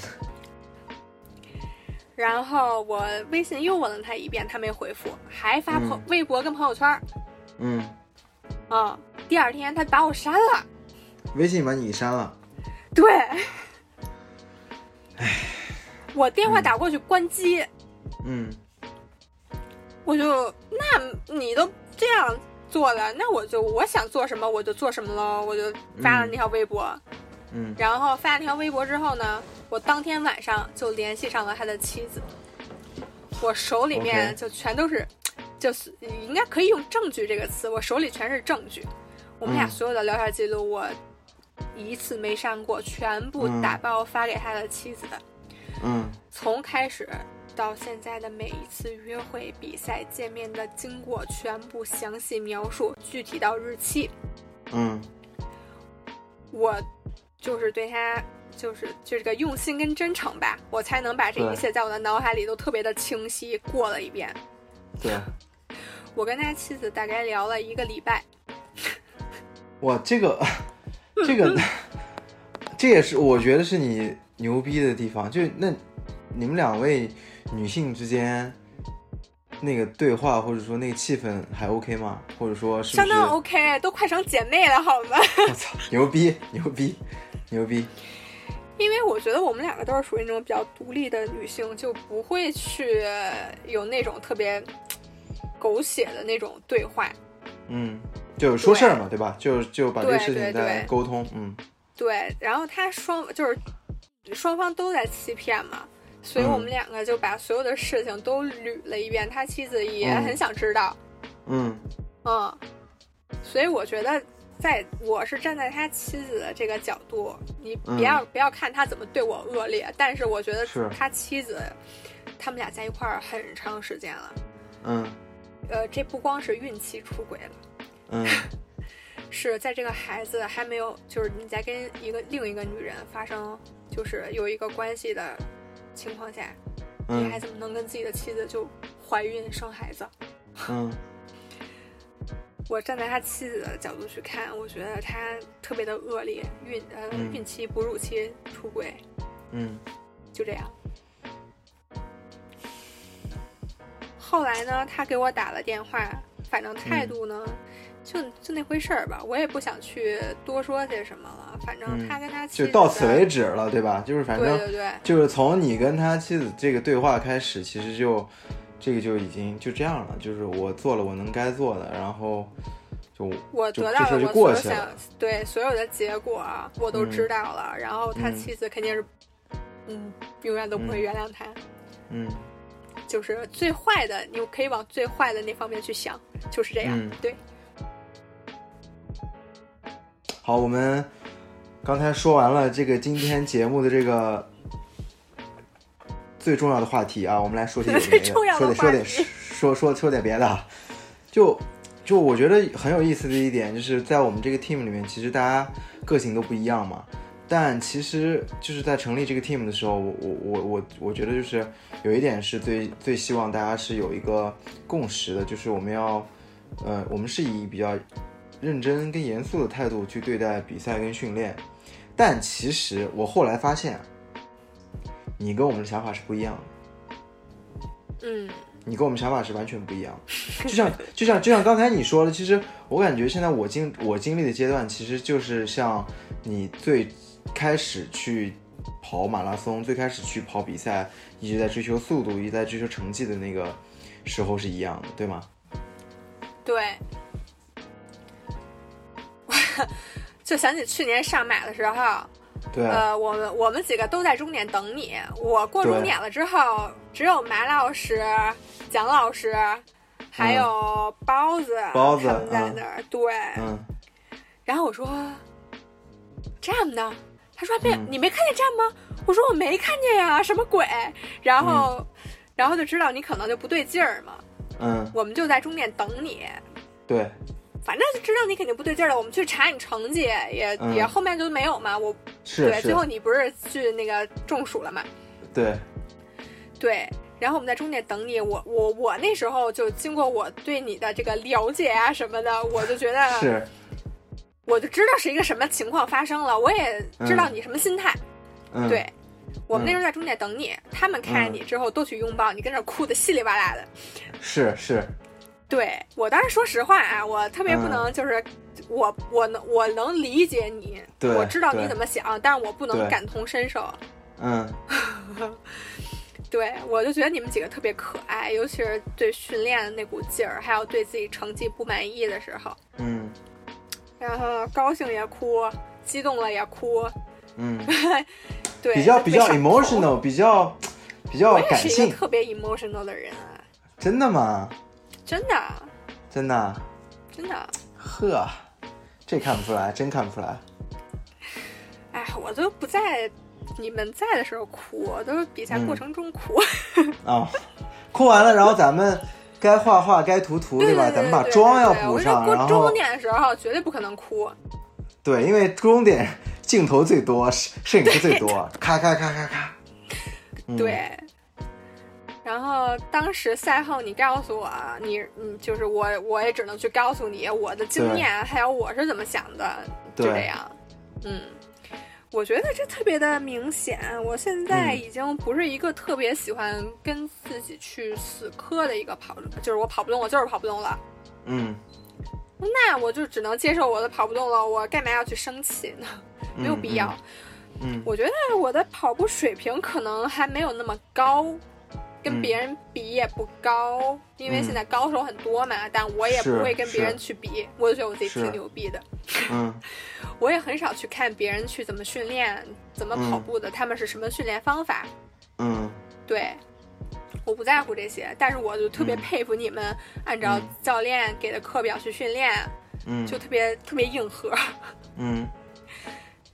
然后我微信又问了他一遍，他没回复，还发朋、
嗯
微博跟朋友圈儿。
嗯，
嗯，第二天他把我删了。
微信把你删了，
对，我电话打过去关机，
嗯
我就那你都这样做了，那我就我想做什么我就做什么喽，我就发了那条微博。
嗯
然后发了那条微博之后呢，我当天晚上就联系上了他的妻子，我手里面
OK
就全都是就是应该可以用证据这个词，我手里全是证据。我们俩
嗯
所有的聊天记录我一次没删过，全部
嗯
打包发给他的妻子的。
嗯
从开始到现在的每一次约会、比赛、见面的经过，全部详细描述，具体到日期。
嗯
我就是对他，就是就这个用心跟真诚吧，我才能把这一切在我的脑海里都特别的清晰过了一遍。
对，
我跟他妻子大概聊了一个礼拜，
哇，这个这个这也是我觉得是你牛逼的地方，就是那你们两位女性之间。那个对话或者说那个气氛还 OK 吗？或者说是不
相
是
当 OK，都快成姐妹了，好吗？
我操，牛逼牛逼牛逼！
因为我觉得我们两个都是属于那种比较独立的女性，就不会去有那种特别狗血的那种对话。
嗯，就是说事儿嘛，对吧？就就把这个事
对
情
对
再
对
沟通，嗯
对，然后他双就是双方都在欺骗嘛，所以我们
嗯
两个就把所有的事情都捋了一遍，他妻子也
嗯
很想知道，
嗯
嗯，所以我觉得。在我是站在他妻子的这个角度，你
嗯
不要、不要看他怎么对我恶劣，但是我觉得
是
他妻子，他们俩在一块儿很长时间了，
嗯
呃，这不光是孕期出轨了，
嗯
是在这个孩子还没有，就是你在跟一个另一个女人发生就是有一个关系的情况下， 你还
嗯
怎么能跟自己的妻子就怀孕生孩子？
嗯
我站在他妻子的角度去看，我觉得他特别的恶劣，孕呃、
嗯
孕期、哺乳期出轨，
嗯
就这样。后来呢，他给我打了电话，反正态
嗯
度呢，就就那回事儿吧，我也不想去多说些什么了。反正
嗯
他跟他妻
就
子、
到此为止了，对吧？就是反
对
正
对对，
就是从你跟他妻子这个对话开始，其实就这个就已经就这样了，就是我做了我能该做的，然后就
我
就
得
这
到
事儿
了
就
我所
过
有
去
想
了，
对所有的结果我都
嗯
知道了，然后他
嗯
妻子肯定是，嗯，永远都不会
嗯
原谅他。
嗯
就是最坏的，你可以往最坏的那方面去想，就是这样。
嗯
对，
好，我们刚才说完了这个今天节目的这个最重要的话题啊，我们来说些有的没
最重要
说
的
点说
话
点
题
说说说点别的啊。就就我觉得很有意思的一点，就是在我们这个 team 里面，其实大家个性都不一样嘛。但其实就是在成立这个 team 的时候，我我我我我觉得就是有一点是最最希望大家是有一个共识的，就是我们要，呃，我们是以比较认真跟严肃的态度去对待比赛跟训练。但其实我后来发现，啊你跟我们的想法是不一样的，
嗯，
你跟我们想法是完全不一样的。就像 就像就像刚才你说的，其实我感觉现在我经我经历的阶段，其实就是像你最开始去跑马拉松，最开始去跑比赛，一直在追求速度，一直在追求成绩的那个时候是一样的，对吗？
对。 就想起去年上马的时候，
对，
呃，我们我们几个都在终点等你。我过终
对
点了之后，只有马老师、蒋老师，还
嗯
有包子，
包子
他们在
嗯
那儿。对，
嗯，
然后我说站呢，他说没，
嗯
你没看见站吗？我说我没看见呀，什么鬼？然后，然后就知道你可能就不对劲儿嘛，
嗯，
我们就在终点等你。
对，
反正就知道你肯定不对劲儿了，我们去查你成绩，也、
嗯
也后面就没有嘛。我
是
对，
是，
最后你不是去那个中暑了嘛？
对，
对，然后我们在中间等你。我我我那时候就经过我对你的这个了解啊什么的，我就觉得
是，
我就知道是一个什么情况发生了，我也知道你什么心态。
嗯，
对，我们那时候在中间等你，他们看见你之后都去拥抱你，跟那儿哭的稀里哇啦的。
是是，
对我当时说实话啊，我特
嗯
别不能就是、我我能我能理解你，
对
我知道你
对
怎么想，但是我不能
对
感同身受。
嗯
对我就觉得你们几个特别可爱，尤其是对训练的那股劲儿，还有对自己成绩不满意的时候，
嗯
然后高兴也哭，激动了也哭，
嗯，
对，
比较
特
比
别
较
上头
emotional，比较比较
我也
感
是一
性
个，特别 emotional 的人啊，
真的吗？
真的
真的啊？
真的，
呵，这看不出来，真看不出来。
哎，我都不在你们在的时候哭，我都是比赛
嗯
过程中哭。
啊、哭完了，然后咱们该画画该涂涂，
对
吧？咱们把妆要补上，
我觉得
然
过终
后
点的时候绝对不可能哭，
对，因为终点镜头最多，摄摄影师最多，咔咔咔咔咔。嗯、
对。然后当时赛后，你告诉我，你你就是我，我也只能去告诉你我的经验，还有我是怎么想的，就
对
这样。嗯，我觉得这特别的明显。我现在
嗯
已经不是一个特别喜欢跟自己去死磕的一个跑者，就是我跑不动，我就是跑不动了。
嗯，
那我就只能接受我的跑不动了，我干嘛要去生气 呢？
嗯
没有必要。。
嗯，
我觉得我的跑步水平可能还没有那么高，跟
嗯
别人比也不高，因为现在高手很多嘛。但我也
嗯是
不会跟别人去比，我就觉得我自己
是
挺牛逼的。
嗯
我也很少去看别人去怎么训练、怎么跑步的，他们是什么训练方法。
嗯
对，我不在乎这些，但是我就特别
嗯
佩服你们按照
嗯
教练给的课表去训练，
嗯，
就特别特别硬核。
嗯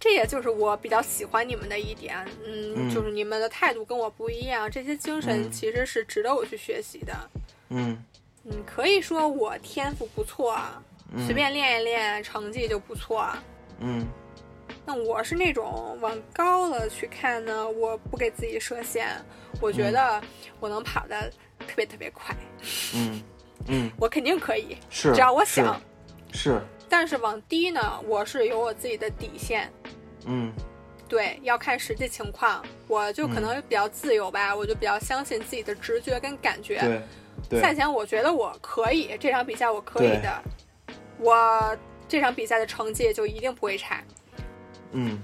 这也就是我比较喜欢你们的一点，嗯，
嗯
就是你们的态度跟我不一样，这些精神
嗯
其实是值得我去学习的。
嗯
嗯，可以说我天赋不错，啊
嗯，
随便练一练成绩就不错。啊
嗯
那我是那种往高了去看呢，我不给自己设限，我觉得我能跑得特别特别快，
嗯嗯，
我肯定可以，
是，
只要我想。
是，是
但是往低呢，我是有我自己的底线，
嗯
对，要看实际情况，我就可能比较自由吧，我就比较相信自己的直觉跟感觉。
对对
赛前我觉得我可以，这场比赛我可以
对
的，我这场比赛的成绩就一定不会差，
嗯。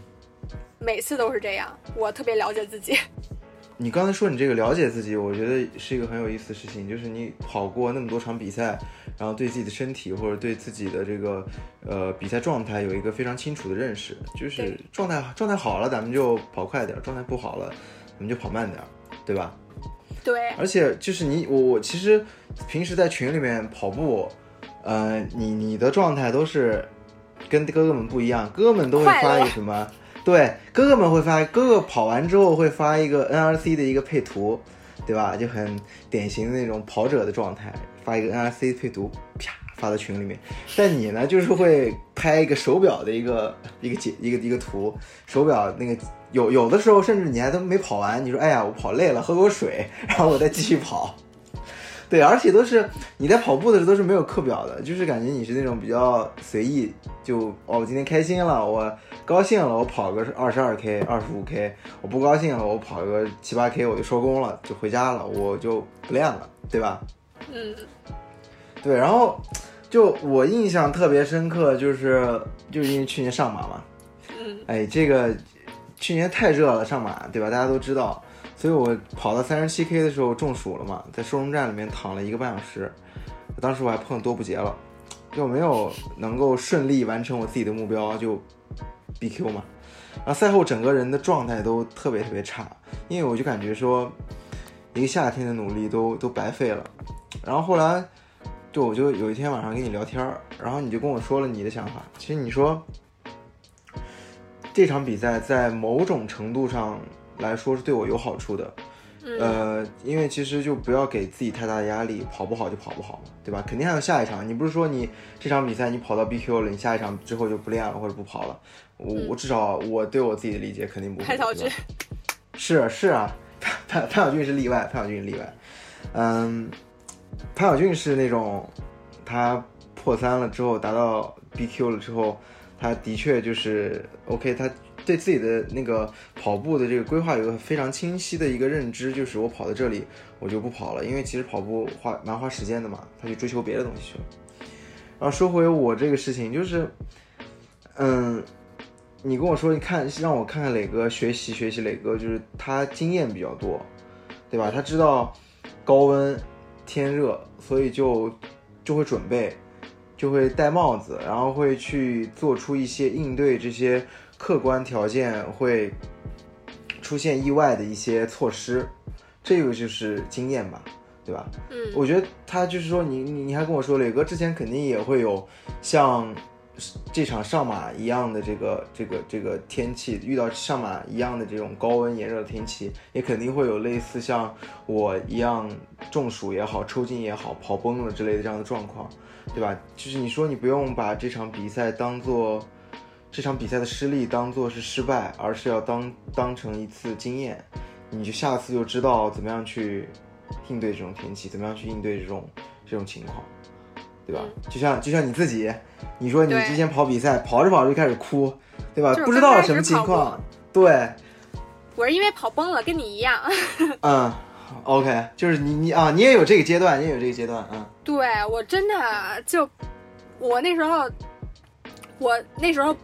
每次都是这样，我特别了解自己。
你刚才说你这个了解自己，我觉得是一个很有意思的事情，就是你跑过那么多场比赛，然后对自己的身体或者对自己的这个呃比赛状态有一个非常清楚的认识，就是
对
状态状态好了咱们就跑快点儿，状态不好了咱们就跑慢点儿，对吧？
对，
而且就是你我我其实平时在群里面跑步，呃，你你的状态都是跟哥哥们不一样，哥哥们都会
快乐
发一个什么？对，哥哥们会发，哥哥跑完之后会发一个 NRC 的一个配图，对吧？就很典型的那种跑者的状态，发一个 NRC 配图，啪发到群里面。但你呢，就是会拍一个手表的一个一个解一个一个图，手表那个有有的时候甚至你还都没跑完，你说哎呀我跑累了，喝口水，然后我再继续跑。对，而且都是你在跑步的时候都是没有课表的，就是感觉你是那种比较随意，就哦我今天开心了，我高兴了，我跑个二十二 k、二十五 k，我不高兴了，我跑个七八 k 我就收工了，就回家了，我就不练了，对吧？
嗯，
对，然后就我印象特别深刻，就是就是因为去年上马嘛，
嗯，
哎，这个去年太热了，上马对吧？大家都知道，所以我跑到三十七 K 的时候中暑了嘛，在收容站里面躺了一个半小时，当时我还碰多不杰了，就没有能够顺利完成我自己的目标，就 BQ 嘛。然后赛后整个人的状态都特别特别差，因为我就感觉说，一个夏天的努力都都白费了。然后后来就我就有一天晚上跟你聊天儿，然后你就跟我说了你的想法。其实你说这场比赛在某种程度上来说是对我有好处的，
嗯
呃，因为其实就不要给自己太大的压力，跑不好就跑不好嘛，对吧？肯定还有下一场。你不是说你这场比赛你跑到 BQ 了，你下一场之后就不练了或者不跑了？我、我至少我对我自己的理解肯定不会。
潘晓
对吧
军，
是是啊，潘潘潘晓俊是例外，潘晓俊是例外。嗯，潘晓俊是那种他破三了之后达到 BQ 了之后，他的确就是 OK，他对自己的那个跑步的这个规划有个非常清晰的一个认知，就是我跑到这里我就不跑了，因为其实跑步花蛮花时间的嘛，他去追求别的东西去了。然后说回我这个事情，就是嗯。你跟我说，你看让我看看磊哥学习学习磊哥，就是他经验比较多，对吧？他知道高温天热，所以就就会准备，就会戴帽子，然后会去做出一些应对这些客观条件会出现意外的一些措施，这个就是经验吧，对吧？
嗯，
我觉得他就是说你，你你还跟我说，磊哥之前肯定也会有像这场上马一样的这个这个这个天气，遇到上马一样的这种高温炎热的天气，也肯定会有类似像我一样中暑也好、抽筋也好、跑崩了之类的这样的状况，对吧？就是你说你不用把这场比赛当做这场比赛的失利当做是失败，而是要当当成一次经验，你就下次就知道怎么样去应对这种天气，怎么样去应对这种这种情况，对吧？就像就像你自己，你说你
嗯对
之前跑比赛，跑着跑着就开始哭，对吧？
就是
不知
刚
道
开
什么
始
情
跑
况，对，
我是因为跑崩了，跟你一样。
嗯，OK，就是你你啊，你也有这个阶段，你也有这个阶段，嗯
对我真的就，我那时候，我那时候，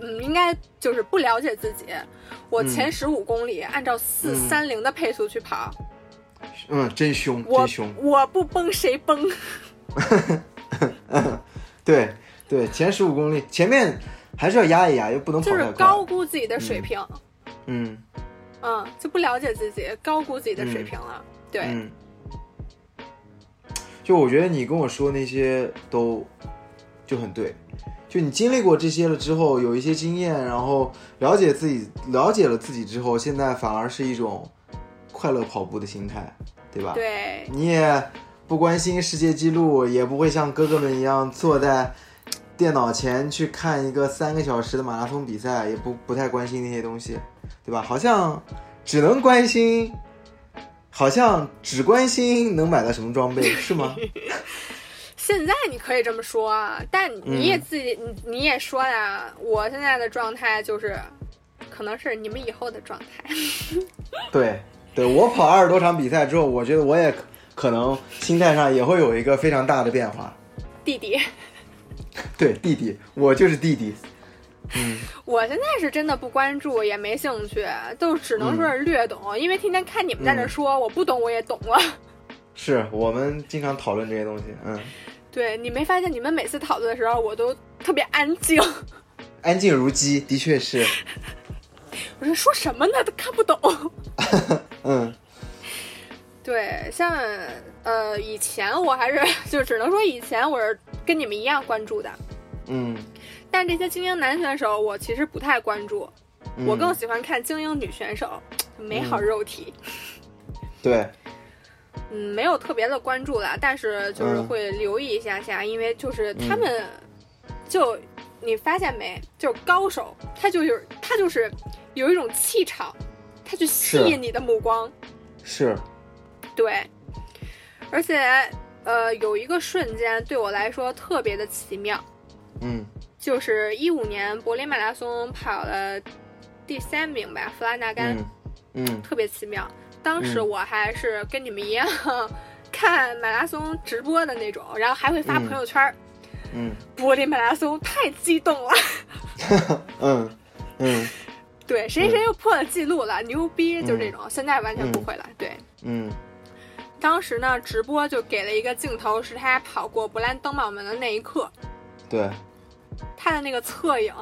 嗯，应该就是不了解自己。我前十五公里按照四三零的配速去跑，
嗯，真凶，
我
真凶，
我不崩谁崩？
对对，前十五公里前面还是要压一压，又不能跑
就
太
是
快，
高估自己的水平，
嗯
嗯就不了解自己，高估自己的水平了。对，
嗯，就我觉得你跟我说那些都就很对，就你经历过这些了之后，有一些经验，然后了解自己，了解了自己之后，现在反而是一种快乐跑步的心态，对吧？
对，
你也不关心世界纪录，也不会像哥哥们一样坐在电脑前去看一个三个小时的马拉松比赛，也不不太关心那些东西，对吧？好像只能关心，好像只关心能买到什么装备，是吗？
现在你可以这么说啊，但你也自己，你你也说呀，我现在的状态就是，可能是你们以后的状态。
对，对我跑二十多场比赛之后，我觉得我也可可能心态上也会有一个非常大的变化。
弟弟，
对，弟弟，我就是弟弟。嗯，
我现在是真的不关注，也没兴趣，都只能说是略懂，因为天天看你们在那说，我不懂我也懂了。
是我们经常讨论这些东西。嗯，
对你没发现你们每次讨论的时候，我都特别安静，
安静如鸡，的确是。
我说说什么呢，都看不懂。
嗯
对，像呃以前我还是就只能说以前我是跟你们一样关注的，
嗯，
但这些精英男选手我其实不太关注，
嗯
我更喜欢看精英女选手，美好肉体。
对，
嗯，没有特别的关注啦，但是就是会留意一下下，因为就是他们就，你发现没，就是高手，他就是他就是有一种气场，他去吸
是
引你的目光，
是，
对，而且呃有一个瞬间对我来说特别的奇妙，
嗯
就是一五年柏林马拉松跑了第三名吧，弗拉纳甘，
嗯嗯
特别奇妙。当时
嗯
我还是跟你们一样、 看马拉松直播的那种，然后还会发
嗯
朋友圈儿。
嗯
柏林马拉松太激动了，
嗯嗯
对，谁谁又破了记录了，牛逼，就这种。现在完全不会了。对，
嗯
当时呢，直播就给了一个镜头，是他跑过勃兰登堡门的那一刻，
对，
他的那个侧影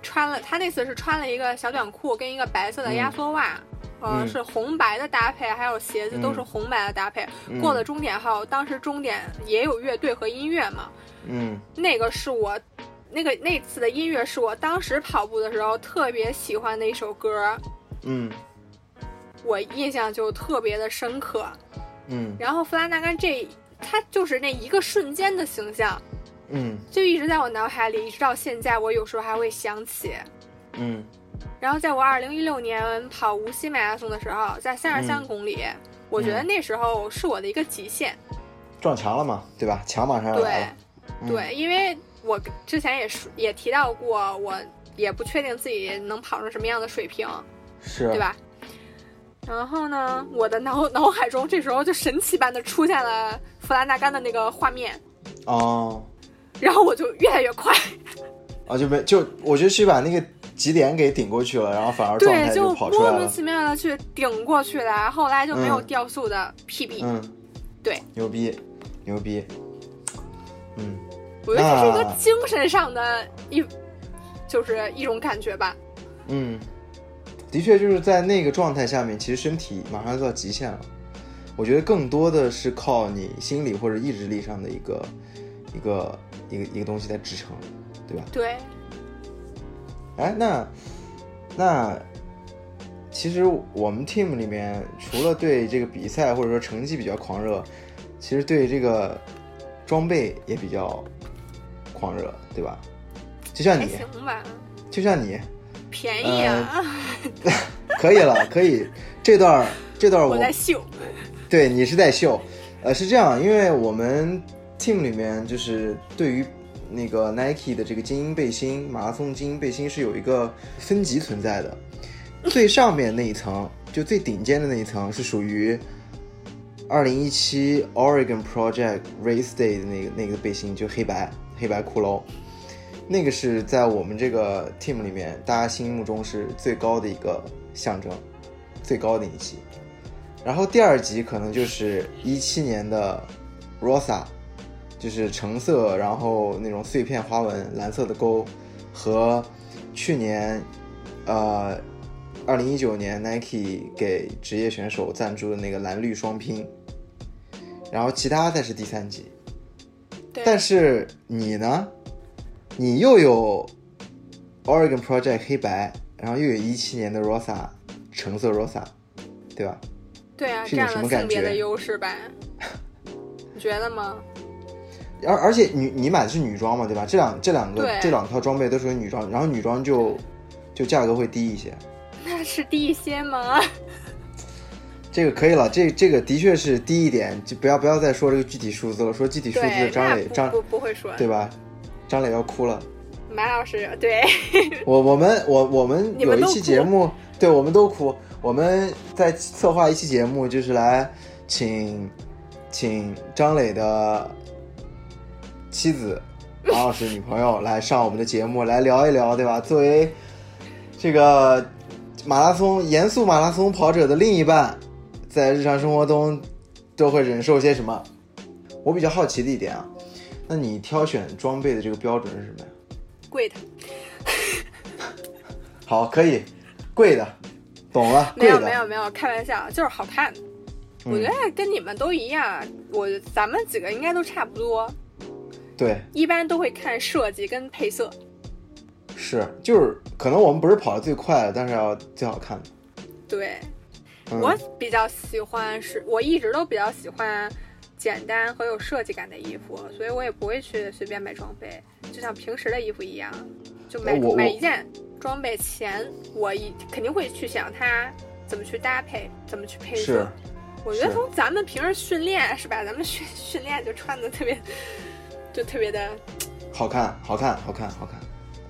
穿了，他那次是穿了一个小短裤跟一个白色的压缩袜。呃
嗯
是红白的搭配，还有鞋子
嗯
都是红白的搭配。
嗯
过了终点后，当时终点也有乐队和音乐嘛，
嗯
那个是我，那个那次的音乐是我当时跑步的时候特别喜欢的一首歌，
嗯
我印象就特别的深刻。
嗯
然后弗拉纳甘这，他就是那一个瞬间的形象，
嗯
就一直在我脑海里，一直到现在，我有时候还会想起。
嗯
然后在我二零一六年跑无锡马拉松的时候，在三十三公里，我觉得那时候是我的一个极限。
撞墙了嘛，对吧？墙马上要来
对
了，，
对，因为我之前也说也提到过，我也不确定自己能跑成什么样的水平，
是，
对？吧？然后呢，我的脑脑海中这时候就神奇般的出现了弗兰纳甘的那个画面，
哦，
然后我就越来越快，
啊，就没就，我觉得是把那个极点给顶过去了，然后反而状
对，
态
就
跑出
莫
来
名
了，
其妙的去顶过去了，后来就没有
嗯
掉速的 PB，、
嗯，
对，
牛逼，牛逼，嗯，
我觉得这是一个
那
精神上的一，就是一种感觉吧。
嗯，的确就是在那个状态下面，其实身体马上就到极限了。我觉得更多的是靠你心理或者意志力上的一个一个一个一个东西在支撑，对吧？
对，
哎，那那其实我们 team 里面除了对这个比赛或者说成绩比较狂热，其实对这个装备也比较狂热，对吧？就像
还
你，
行吧，
就像你，
便宜啊，
嗯可以了，可以。这段儿这段儿
我在秀。
对你是在秀，呃，是这样，因为我们 team 里面就是对于那个 Nike 的这个精英背心、马拉松精英背心是有一个分级存在的，最上面那一层，就最顶尖的那一层是属于2017 Oregon Project Race Day 的那个那个背心，就黑白黑白骷髅。那个是在我们这个 team 里面，大家心目中是最高的一个象征，最高的一级。然后第二集可能就是一七年的 Rosa，就是橙色，然后那种碎片花纹、蓝色的勾，和去年呃二零一九年 Nike 给职业选手赞助的那个蓝绿双拼。然后其他才是第三集，
对，
但是你呢？你又有 Oregon Project 黑白，然后又有一七年的 Rosa 橙色 Rosa，对吧？
对啊，
是一种
占
什
了
么感
性别的
觉
优势吧？你觉得吗？
而而且你你买的是女装嘛，对吧？这两这两个
对
这两套装备都属于女装，然后女装就就价格会低一些。
那是低一 些吗？
这个可以了，这这个的确是低一点，就不要不要再说这个具体数字了，说具体数
对
字，张磊
那
张
不不不会说。
对吧？张磊要哭了。
马老师，对
我我们我我们
你
有
们
一
都
期
哭
节目，对我们都哭。我们在策划一期节目，就是来请请张磊的妻子马老师女朋友来上我们的节目，来聊一聊，对吧？作为这个马拉松严肃马拉松跑者的另一半，在日常生活中都会忍受些什么？我比较好奇的一点啊，那你挑选装备的这个标准是什么呀？
贵的，
好，可以，贵的，懂了，
没
贵
有
的，
没有没有，开玩笑，就是好看。
嗯
我觉得跟你们都一样，我咱们几个应该都差不多，
对，
一般都会看设计跟配色。
是，就是可能我们不是跑得最快的，但是要最好看的。
对，
嗯、
我比较喜欢是，我一直都比较喜欢简单和有设计感的衣服，所以我也不会去随便买装备，就像平时的衣服一样，就买
哎我
买
我
一件装备前，我一肯定会去想它怎么去搭配，怎么去配
是
色。我觉得
是
从咱们平时训练是吧，咱们训训练就穿的特别， 就特别的
好看，好看，好看，好看。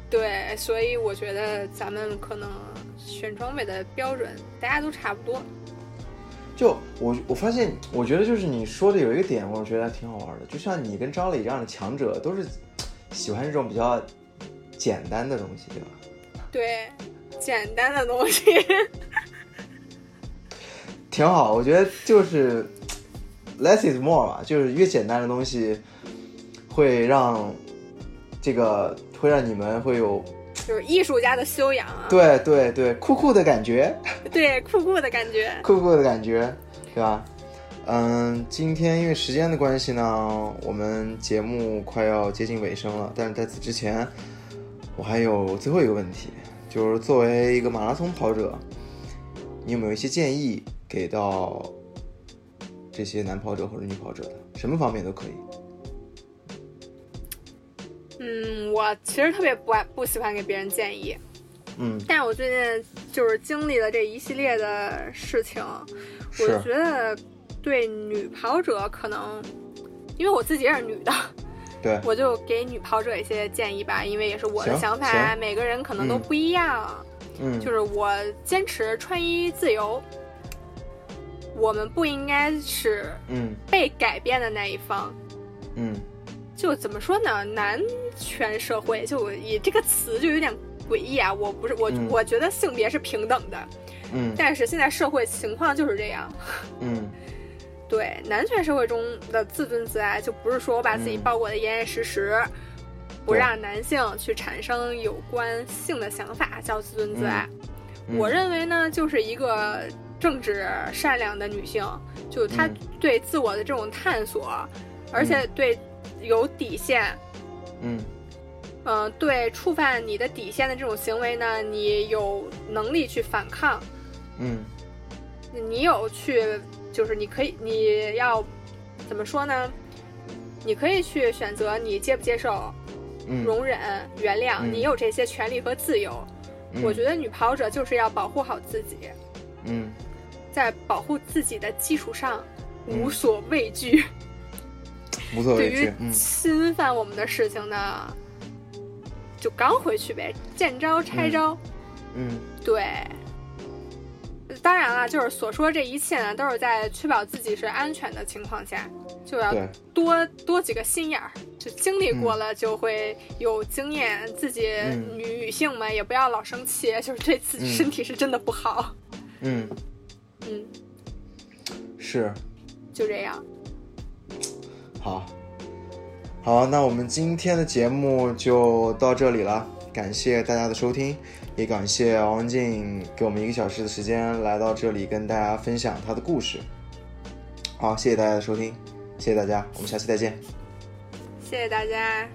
对，所以我觉得咱们可能选装备的标准大家都差不多。
就我我发现，我觉得就是你说的有一个点，我觉得还挺好玩的。就像你跟张磊这样的强者，都是喜欢这种比较简单的东西，对吧？
对，简单的东西。
挺好，我觉得就是 less is more 吧，就是越简单的东西会让这个会让你们会有
就是艺术家的修养啊，
对对对酷酷的感觉，
对酷酷的感觉。
酷酷的感觉，对吧？嗯，今天因为时间的关系呢，我们节目快要接近尾声了，但是在此之前，我还有最后一个问题，就是作为一个马拉松跑者，你有没有一些建议给到这些男跑者或者女跑者的？什么方面都可以。
嗯，我其实特别不爱不喜欢给别人建议，
嗯，
但是我最近就是经历了这一系列的事情，我
是
觉得对女跑者可能，因为我自己也是女的，
对，
我就给女跑者一些建议吧，因为也是我的
行
想法，
行
每个人可能都
嗯
不一样。
嗯，
就是我坚持穿衣自由，我们不应该是
嗯
被改变的那一方。
嗯
就怎么说呢？男权社会就以这个词就有点诡异啊。我不是我，
嗯
我觉得性别是平等的，
嗯
但是现在社会情况就是这样。
嗯
对男权社会中的自尊自爱，就不是说我把自己
嗯
包裹得严严实实，不
对
让男性去产生有关性的想法，叫自尊自爱。
嗯，
我认为呢，就是一个正直善良的女性，就她
嗯
对自我的这种探索，而且对有底线，
嗯
嗯、对触犯你的底线的这种行为呢，你有能力去反抗，
嗯
你有去，就是你可以，你要怎么说呢？你可以去选择你接不接受、
嗯，
容忍、原谅，
嗯
你有这些权利和自由。我觉
得
得女跑者就是要保护好自己，
嗯
在保护自己的基础上，
嗯
无所畏惧。
无所
对
谓去，
于
嗯
侵犯我们的事情呢，就刚回去呗，见招拆招。
嗯
对，当然了，就是所说这一切呢，都是在确保自己是安全的情况下，就要
对，
多多几个心眼儿。就经历过了，就会有经验。自己
嗯
女性们也不要老生气， 就是对自己
嗯
身体是真的不好。
嗯
嗯，
是
就这样。
好。好，那我们今天的节目就到这里了，感谢大家的收听，也感谢王文静给我们一个小时的时间来到这里跟大家分享她的故事。好，谢谢大家的收听，谢谢大家，我们下期再见。
谢谢大家，